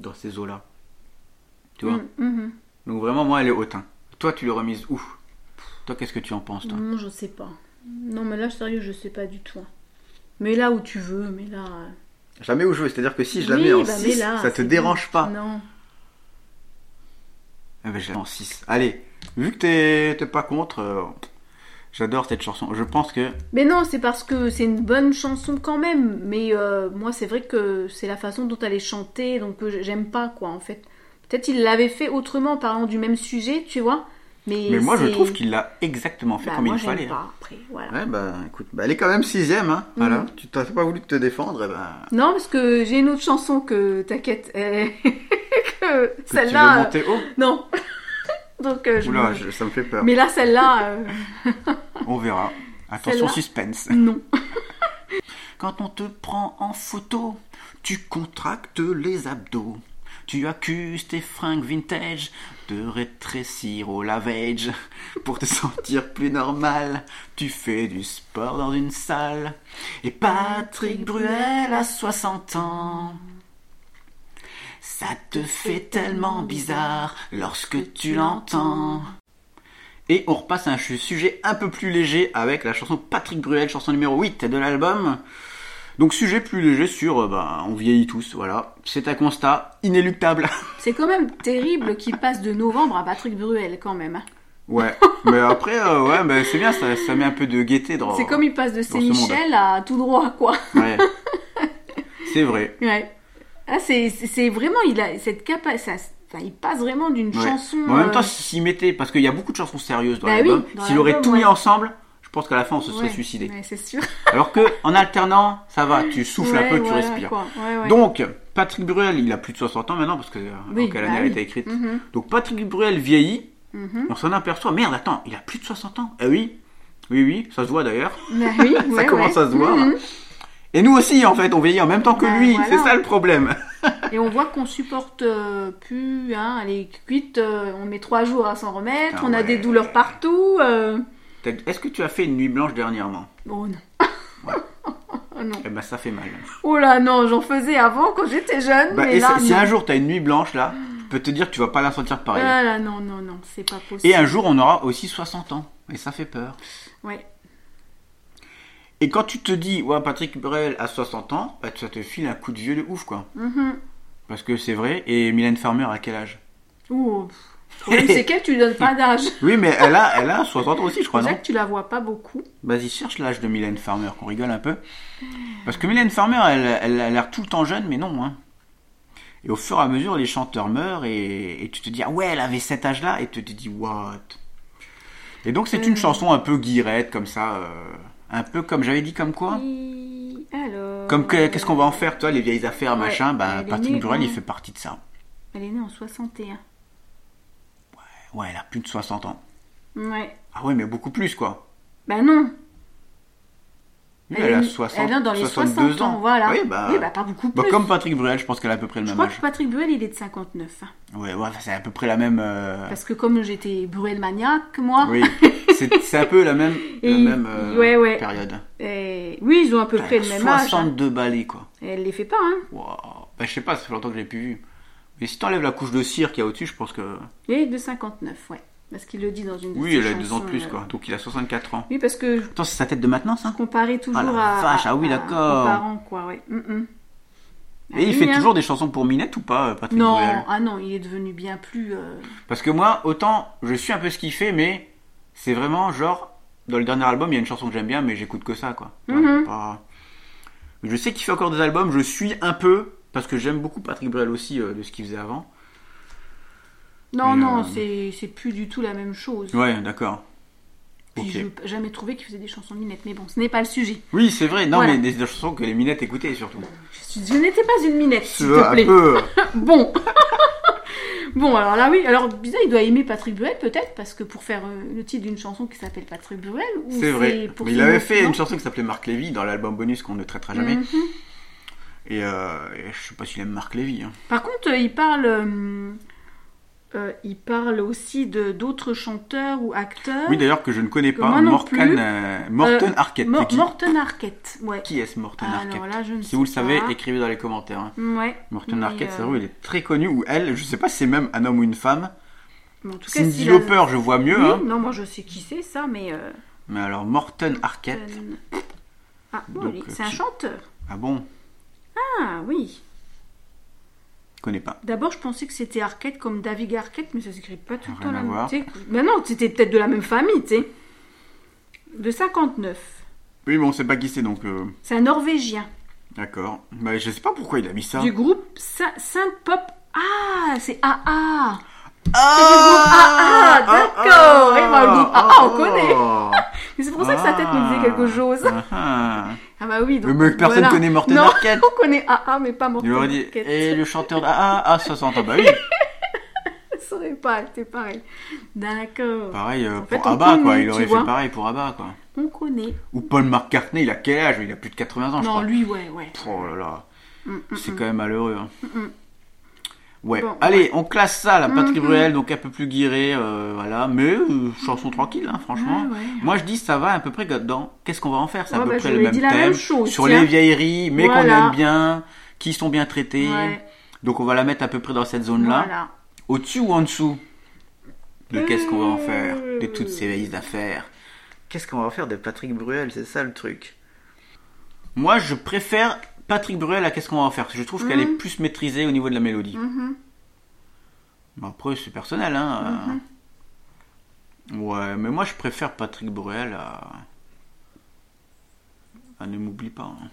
dans ces eaux-là. Tu vois
Mm, mhm.
Donc vraiment, moi, elle est hautain. Toi, tu l'as remise où Toi, qu'est-ce que tu en penses, toi
Non, Mmh, je sais pas. Non, mais là, sérieux, je sais pas du tout. Mais là où tu veux, mais là. euh,
Jamais où je veux, c'est-à-dire que si je la
oui,
mets en
bah,
6,
mais là,
ça te
c'est
dérange
bon.
pas.
Non.
Eh ben, je la mets en 6. Allez, vu que t'es- t'es pas contre, euh, j'adore cette chanson. Je pense que
Mais non, c'est parce que c'est une bonne chanson quand même. Mais euh, moi, c'est vrai que c'est la façon dont elle est chantée, donc euh, j'aime pas quoi en fait. Peut-être il l'avait fait autrement, en parlant du même sujet, tu vois. Mais,
Mais moi, je
c'est-
trouve qu'il l'a exactement fait
Bah,
comme
moi,
il
j'aime
fallait. hein.
Pas, Mhm. après, voilà.
Ouais, bah écoute, bah, elle est quand même sixième, hein. Voilà, tu t'as pas voulu te défendre, et bah,
Non, parce que j'ai une autre chanson que t'inquiète, [laughs] euh,
que
que
tu veux
celle-là. euh,
monter haut.
Non. [laughs] donc euh, je.
Oula,
me-
je- ça me fait peur.
Mais là, celle-là, euh,
On verra. Attention,
Celle-là
suspense.
non.
Quand on te prend en photo, tu contractes les abdos. Tu accuses tes fringues vintage de rétrécir au lavage. Pour te sentir plus normal, tu fais du sport dans une salle. Et Patrick Bruel a 60 ans. Ça te fait tellement bizarre lorsque tu l'entends. Et on repasse à un chu- sujet un peu plus léger avec la chanson Patrick Bruel, chanson numéro 8 de l'album. Donc sujet plus léger sur, euh, ben, on vieillit tous, voilà. C'est un constat inéluctable.
C'est quand même terrible qu'il passe de novembre à Patrick Bruel quand même. hein.
[laughs] Ouais, mais après, euh, ouais, mais c'est bien, ça, ça met un peu de gaieté Oh. dans...
C'est comme il passe de
ce
Saint-Michel à tout droit, quoi. [laughs]
Ouais. C'est vrai.
Ouais. Ah, c'est, c'est- c'est vraiment, il a cette capacité. il passe vraiment d'une
Ouais.
chanson.
en même
euh,
temps, s'il mettait, parce qu'il y a beaucoup de chansons sérieuses dans
Bah
l'album,
oui, dans
s'il aurait
l'album,
tout mis
ouais.
ensemble, je pense qu'à la fin, on se serait
ouais.
suicidé.
Ouais,
[laughs]
c'est sûr.
Alors que, en alternant, ça va, tu souffles
Ouais,
un peu, tu
voilà,
respires.
quoi. Ouais, ouais.
Donc, Patrick Bruel, il a plus de 60 ans maintenant, parce que euh,
Oui,
en quelle
bah
année elle a
oui.
été écrite.
Mhm,
Donc, Patrick Bruel vieillit,
mhm.
on s'en aperçoit, merde, attends, il a plus de 60 ans. Ah oui, oui, oui, ça se voit d'ailleurs.
Bah
[laughs]
oui, ouais,
commence
ouais.
à se voir.
Mhm.
Et nous aussi, en fait, on vieillit en même temps que
Bah,
lui,
voilà.
c'est ça le problème.
Et on voit qu'on supporte euh, plus, hein, elle est cuite, euh, on met trois jours à s'en remettre,
Ah
on a
ouais.
des douleurs partout. euh,
T'as- Est-ce que tu as fait une nuit blanche dernièrement
Bon, non.
Ouais.
[laughs] Oh non.
Eh ben, ça fait mal.
Oh là non, j'en faisais avant quand j'étais jeune,
Bah,
mais
et
là,
si si
non.
un jour t'as une nuit blanche là, je peux te dire que tu vas pas la sentir pareil.
Ah là, non, non, non, c'est pas possible.
Et un jour, on aura aussi 60 ans. Et ça fait peur.
Ouais.
Et quand tu te dis, ouais, Patrick Bruel a 60 ans, bah, ça te file un coup de vieux de ouf, quoi.
Mhm.
Parce que c'est vrai. Et Mylène Farmer, à quel âge
Ouh.
[laughs]
Le problème, c'est qu'elle, tu lui donnes pas d'âge.
Oui, mais elle a, elle a 60 ans aussi, je crois,
C'est vrai
non
que tu la vois pas beaucoup.
Vas-y, cherche l'âge de Mylène Farmer, qu'on rigole un peu. Parce que Mylène Farmer, elle, elle a l'air tout le temps jeune, mais non. Hein. Et au fur et à mesure, les chanteurs meurent et, et tu te dis, ah ouais, elle avait cet âge-là, et tu te dis, what Et donc, c'est une
Euh.
chanson un peu guirette, comme ça. euh, un peu comme j'avais dit, comme quoi
Et Alors.
Comme que- qu'est-ce qu'on va en faire, toi, les vieilles affaires,
Ouais,
machin Bah,
elle est
Patrick
née
Burel,
en-
il fait partie de ça.
Elle est née en 61.
Ouais, elle a plus de 60 ans.
Ouais.
Ah ouais, mais beaucoup plus, quoi.
Bah non.
Lui, elle, a
est-
60,
elle est dans les
62
60 ans, voilà.
Oui, bah,
Oui, bah, pas beaucoup
bah,
plus.
comme Patrick Bruel, je pense qu'elle a à peu près le
Je
même
crois
âge.
que Patrick Bruel, il est de 59. hein.
Ouais, ouais, c'est à peu près la même. euh,
Parce que comme j'étais Bruel maniaque, moi.
Oui,
[laughs]
c'est c'est un peu la même, la
Et-
même euh,
ouais, ouais.
période.
et- eh, oui, ils ont à
Ah,
peu près le même âge. hein.
62 balais, quoi.
Et Elle les fait pas, hein.
Waouh. Bah, je sais pas, ça fait longtemps que je l'ai plus vu. Mais si t'enlèves la couche de cire qu'il y a au-dessus, je pense que.
Elle est de 59, ouais. Parce qu'il le dit dans une. de
Oui,
ses
elle a deux ans de
chansons,
plus,
euh.
quoi. Donc il a 64 ans.
Oui, parce que
Attends, c'est sa tête de maintenant, ça
comparé toujours
Ah, la
à.
vache,
à-
ah oui,
à-
d'accord.
Aux parents, quoi, ouais. Mm, mm. Ah
Et il
oui,
fait
hein.
toujours des chansons pour Minette ou pas, euh, Patrick
Non,
Bruel
ah non, il est devenu bien plus. euh,
Parce que moi, autant je suis un peu ce qu'il fait, mais c'est vraiment genre. Dans le dernier album, il y a une chanson que j'aime bien, mais j'écoute que ça, quoi. Tu vois,
Mhm.
pas- Je sais qu'il fait encore des albums, je suis un peu, parce que j'aime beaucoup Patrick Bruel aussi euh, de ce qu'il faisait avant.
Non,
Mais,
non,
euh,
c'est- c'est plus du tout la même chose.
Ouais, d'accord.
Puis
Ok.
je n'ai jamais trouvé qu'il faisait des chansons de minettes, mais bon, ce n'est pas le sujet.
Oui, c'est vrai. Non,
Voilà.
mais des des chansons que les minettes écoutaient surtout.
Je, suis- je n'étais pas une minette, s'il
Euh,
te
un
plaît.
peu.
[laughs] Bon. bon, alors là, oui. Alors, bizarre, il doit aimer Patrick Bruel, peut-être, parce que pour faire euh, le titre d'une chanson qui s'appelle Patrick Bruel, ou
C'est vrai.
pour
Mais il
son
avait
autre
fait
nom
une chanson qui s'appelait Marc Lévy dans l'album bonus qu'on ne traitera jamais.
Mhm.
Et, euh, et je sais pas s'il aime Marc Lévy. hein.
Par contre, euh, il parle. euh, euh, il parle aussi de d'autres chanteurs ou acteurs.
Oui, d'ailleurs, que je ne connais
Ah. Que
pas.
moi non plus.
euh, Morton
Euh,
Arquette.
Mo-
C'est qui
Morten Arquette, ouais.
Qui est-ce Morton
Alors
Arquette
là, Ah, je ne
Si
sais
vous le savez,
pas.
écrivez dans les commentaires. hein.
Ouais.
Morton
Mais,
Arquette,
euh,
c'est vrai, il est très connu. Ou elle, je sais pas si c'est même un homme ou une femme.
Mais en tout cas, Hmm
Cindy
si la-
Lauper, je vois mieux.
Oui,
hein.
Non, moi je sais qui c'est ça, mais. euh,
Mais alors, Morton Arquette.
euh, Ah, bon,
Donc,
lui,
euh,
c'est un
qui-
chanteur.
Ah bon
Ah oui.
Je connais pas.
D'abord, je pensais que c'était Arquette comme David Arquette, mais ça s'écrit pas tout le
Rien
temps
à
la
voir.
même. tu sais. Mais non, c'était peut-être de la même famille, tu sais. De 59.
Oui, mais on sait pas qui c'est donc. euh,
C'est un Norvégien
D'accord. Bah, je sais pas pourquoi il a mis ça.
du groupe Sa- Saint Pop. Ah, c'est AA.
Ah
Ah, d'accord. Eh ben, le groupe AA, on connaît. Mais c'est pour ça que sa tête nous disait quelque chose.
Ah, ah.
Ah bah oui. Donc,
Mais personne
voilà.
connaît Morten
Non,
Arquette.
on connaît AA, mais pas
Il
Morten
aurait dit.
Arquette.
Et le chanteur de AA, ah, ça s'entend. Bah oui,
[laughs] Ça aurait pas été pareil. D'accord.
pareil euh,
En fait,
pour
on
Abba, quoi.
connaît,
Il
tu
aurait fait
vois.
pareil pour Abba, quoi.
On connaît.
Ou Paul McCartney, il a quel âge Il a plus de 80 ans, je
Non,
crois.
lui, ouais, ouais.
Oh là là,
Mm, mm,
c'est
mm.
quand même malheureux. hein.
mm.
Ouais,
Bon,
allez, on classe ça, la Patrick
Mhm.
Bruel, donc un peu plus guiré, euh, voilà, mais euh, chanson tranquille, hein, franchement.
Ouais, ouais.
Moi je dis ça va à peu près dans qu'est-ce qu'on va en faire C'est à
Ouais,
peu
bah,
près
je
le
lui ai
même
dit la
thème
même chose,
sur
tiens.
les vieilleries, mais qu'on
Voilà.
aime bien, qui sont bien traitées.
Ouais.
Donc on va la mettre à peu près dans cette zone-là.
Voilà.
Au-dessus ou en dessous de qu'est-ce qu'on va en faire de
Euh.
toutes ces vieilles affaires Qu'est-ce qu'on va en faire de Patrick Bruel C'est ça le truc. Moi, je préfère Patrick Bruel à qu'est-ce qu'on va en faire. parce que Je trouve qu'elle
Mmh.
est plus maîtrisée au niveau de la mélodie.
Mhm.
Mais Après, c'est personnel, hein. euh.
Mmh.
Ouais, mais moi, je préfère Patrick Bruel à. à ne m'oublie pas. hein.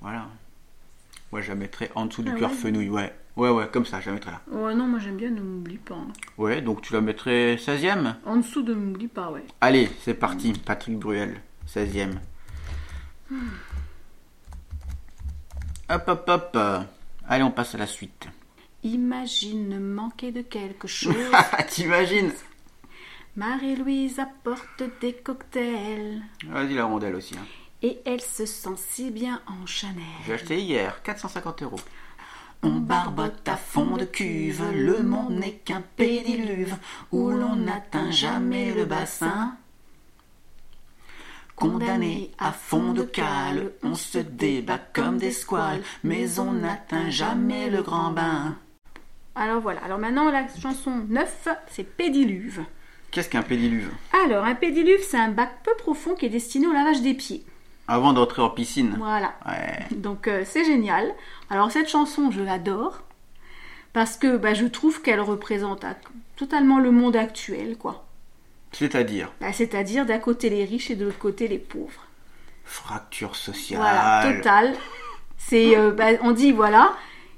Voilà. Moi, je la mettrais en dessous du
Ah
cœur
ouais.
fenouil, ouais. Ouais, ouais, comme ça, je la mettrais là.
Ouais, non, moi j'aime bien Ne m'oublie pas. hein.
Ouais, donc tu la mettrais 16ème
En dessous de Ne m'oublie pas, ouais.
Allez, c'est parti, Patrick Bruel, 16ème. Hop, hop, hop. euh, Allez, on passe à la suite.
Imagine manquer de quelque chose.
[laughs] T'imagines
Marie-Louise apporte des cocktails.
Vas-y, la rondelle aussi. hein.
Et elle se sent si bien en Chanel.
J'ai acheté hier, 450 euros.
On barbote à fond de cuve, le monde n'est qu'un pédiluve où l'on n'atteint jamais le bassin. Condamné à fond de cale, on se débat comme des squales, mais on n'atteint jamais le grand bain.
Alors voilà, alors maintenant la chanson 9, c'est Pédiluve.
Qu'est-ce qu'un pédiluve
Alors un pédiluve, c'est un bac peu profond qui est destiné au lavage des pieds.
Avant d'entrer en piscine.
Voilà.
Ouais.
Donc euh, c'est génial. Alors cette chanson, je l'adore parce que bah, je trouve qu'elle représente à- totalement le monde actuel, quoi.
C'est-à-dire
Bah, C'est-à-dire d'un côté les riches et de l'autre côté les pauvres.
fracture sociale.
Voilà, total. C'est, euh, bah, on dit voilà,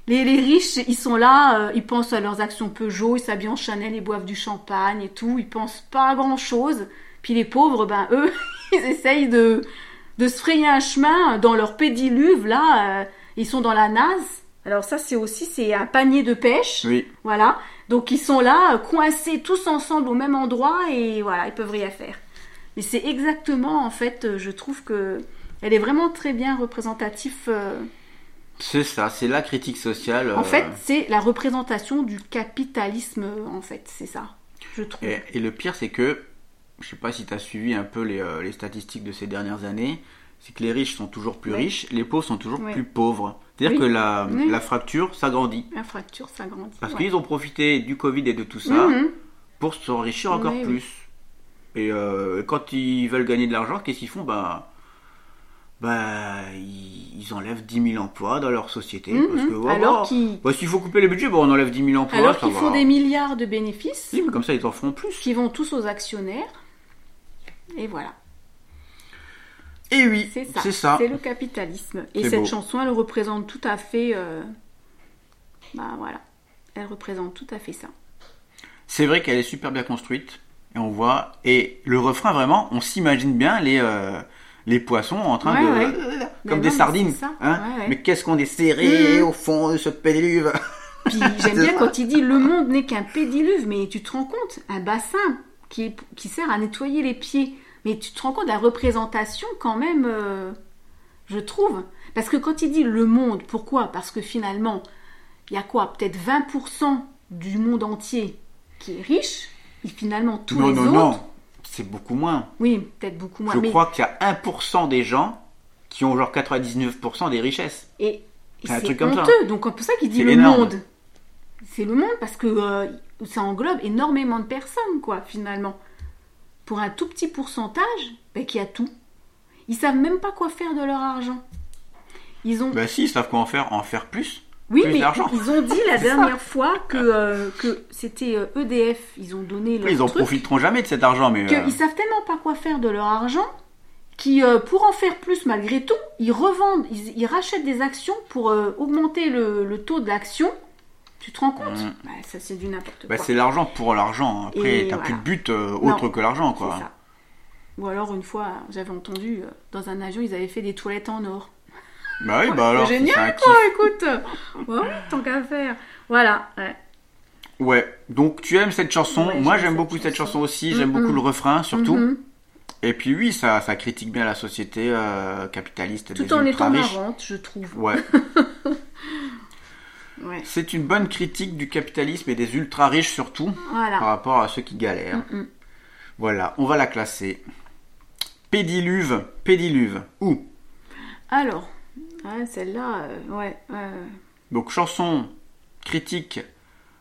les, les riches, ils sont là, euh, ils pensent à leurs actions Peugeot, ils s'habillent en Chanel, ils boivent du champagne et tout, ils pensent pas à grand chose. Puis les pauvres, ben eux, [laughs] ils essayent de, de se frayer un chemin dans leur pédiluve là, euh, ils sont dans la naze. Alors ça, c'est aussi c'est un panier de pêche,
Oui,
voilà. Donc ils sont là, euh, coincés tous ensemble au même endroit et voilà, ils peuvent rien faire. Mais c'est exactement en fait, euh, je trouve que elle est vraiment très bien représentative. euh,
c'est ça, c'est la critique sociale. euh,
En fait, c'est la représentation du capitalisme euh, en fait, c'est ça, je trouve.
Et, et le pire, c'est que, je sais pas si tu as suivi un peu les, euh, les statistiques de ces dernières années, c'est que les riches sont toujours plus
Ouais.
riches, les pauvres sont toujours
Ouais.
plus pauvres. C'est-à-dire
Oui.
que la,
Oui.
la fracture s'agrandit.
La fracture s'agrandit.
Parce
ouais.
qu'ils ont profité du Covid et de tout ça
Mhm.
pour s'enrichir encore
Oui, oui.
plus. Et euh, quand ils veulent gagner de l'argent, qu'est-ce qu'ils font bah, bah, ils, ils enlèvent 10 000 emplois dans leur société. Parce
Mhm.
que, voilà,
Alors qu'ils
bah, s'il faut couper le budget, bah, on enlève 10 000 emplois.
alors
ça
qu'ils
va.
font des milliards de bénéfices,
Oui, mais comme ça, ils en feront plus.
qui vont tous aux actionnaires. Et voilà.
Et oui,
C'est ça.
c'est ça.
C'est le capitalisme. Et
C'est
cette
beau.
chanson, elle représente tout à fait. euh, Bah voilà. Elle représente tout à fait ça.
C'est vrai qu'elle est super bien construite. Et on voit. Et le refrain, vraiment, on s'imagine bien les, euh, les poissons en train
Ouais,
de.
Mais
Comme
non,
des
mais
sardines.
c'est ça.
hein.
Ouais, ouais.
Mais qu'est-ce qu'on est serré
Mhm.
au fond de ce pédiluve [laughs]
Puis j'aime bien quand il dit le monde n'est qu'un pédiluve, mais tu te rends compte Un bassin qui, est- qui sert à nettoyer les pieds. Mais tu te rends compte de la représentation quand même, euh, je trouve. Parce que quand il dit le monde, pourquoi Parce que finalement, il y a quoi Peut-être 20% du monde entier qui est riche, et finalement tous
Non,
les
non,
autres.
non. C'est beaucoup moins.
Oui, peut-être beaucoup moins.
Je
mais-
crois qu'il y a 1% des gens qui ont genre 99% des richesses.
Et, et
C'est un
c'est
truc comme ça.
honteux. Donc c'est pour ça qu'il dit
C'est
le
énorme.
monde. c'est le monde parce que euh, ça englobe énormément de personnes, quoi, finalement. Pour un tout petit pourcentage, ben, qui a tout. Ils savent même pas quoi faire de leur argent. Ils ont
Bah si, ils savent quoi en faire, en faire plus.
oui,
plus
mais
d'argent.
ils
[laughs]
ont dit la dernière fois que, euh, que c'était euh, EDF. Ils ont donné leur
Ils en
truc.
profiteront jamais de cet argent, mais... euh,
qu'ils savent tellement pas quoi faire de leur argent qu'ils, euh, pour en faire plus malgré tout, ils revendent, ils, ils rachètent des actions pour euh, augmenter le, le taux de l'action. Tu te rends compte
Mm.
Bah, Ça, c'est du n'importe
bah,
quoi.
c'est l'argent pour l'argent. Après,
Et
t'as
voilà.
plus de but euh, autre
Non,
que l'argent,
C'est
quoi.
ça. Ou alors, une fois, j'avais entendu, euh, dans un avion, ils avaient fait des toilettes en or.
[laughs] Bah oui, bah alors,
c'est
c'est un
génial,
kiff.
quoi, écoute Ouais, oui, tant qu'à faire. Voilà, ouais.
Ouais, donc tu aimes cette chanson.
Ouais,
Moi,
j'aime
j'aime
cette
beaucoup cette
chanson.
chanson aussi. J'aime
Mm,
beaucoup
mm.
le refrain, surtout.
Mhm.
Et puis oui, ça, ça critique bien la société euh, capitaliste
Tout
des
en étant
ultra-riches.
marrante, je trouve.
Ouais,
[laughs] Ouais.
c'est une bonne critique du capitalisme et des ultra-riches, surtout, par
Voilà.
rapport à ceux qui galèrent.
Ah. Mm, mm.
Voilà, on va la classer. Pédiluve, pédiluve, ou.
Alors, ouais, celle-là, euh, ouais, ouais.
Donc chanson, critique,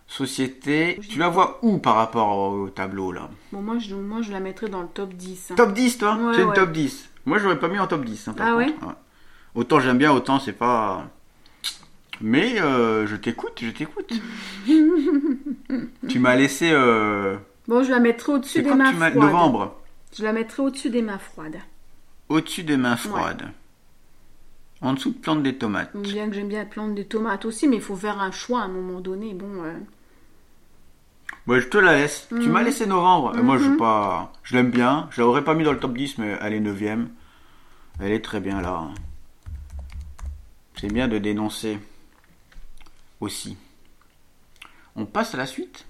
société. Tu la vois où par rapport au tableau là
Bon, moi je, moi, je la mettrais dans le top 10. hein.
Top 10 toi
Ouais,
C'est une
ouais.
top 10. Moi je l'aurais pas mis en top 10. hein, par
Ah
contre. Ouais. Autant j'aime bien, autant c'est pas. Mais euh, je t'écoute, je
[laughs]
t'écoute. tu m'as laissé. euh,
Bon, je la mettrai au-dessus
C'est
des
quand
mains
tu m'as.
froides.
Novembre.
Je la mettrai au-dessus des mains froides.
Au-dessus des mains froides. En dessous de plante des tomates.
Ou Bien que j'aime bien planter des tomates aussi, mais il faut faire un choix à un moment donné. Bon, euh,
Ouais, je te la laisse. Tu
Mhm.
m'as laissé novembre. Et moi, je
Mhm.
suis pas. Je l'aime bien. Je l'aurais pas mis dans le top 10, mais elle est 9ème. Elle est très bien là. C'est bien de dénoncer. Aussi. On passe à la suite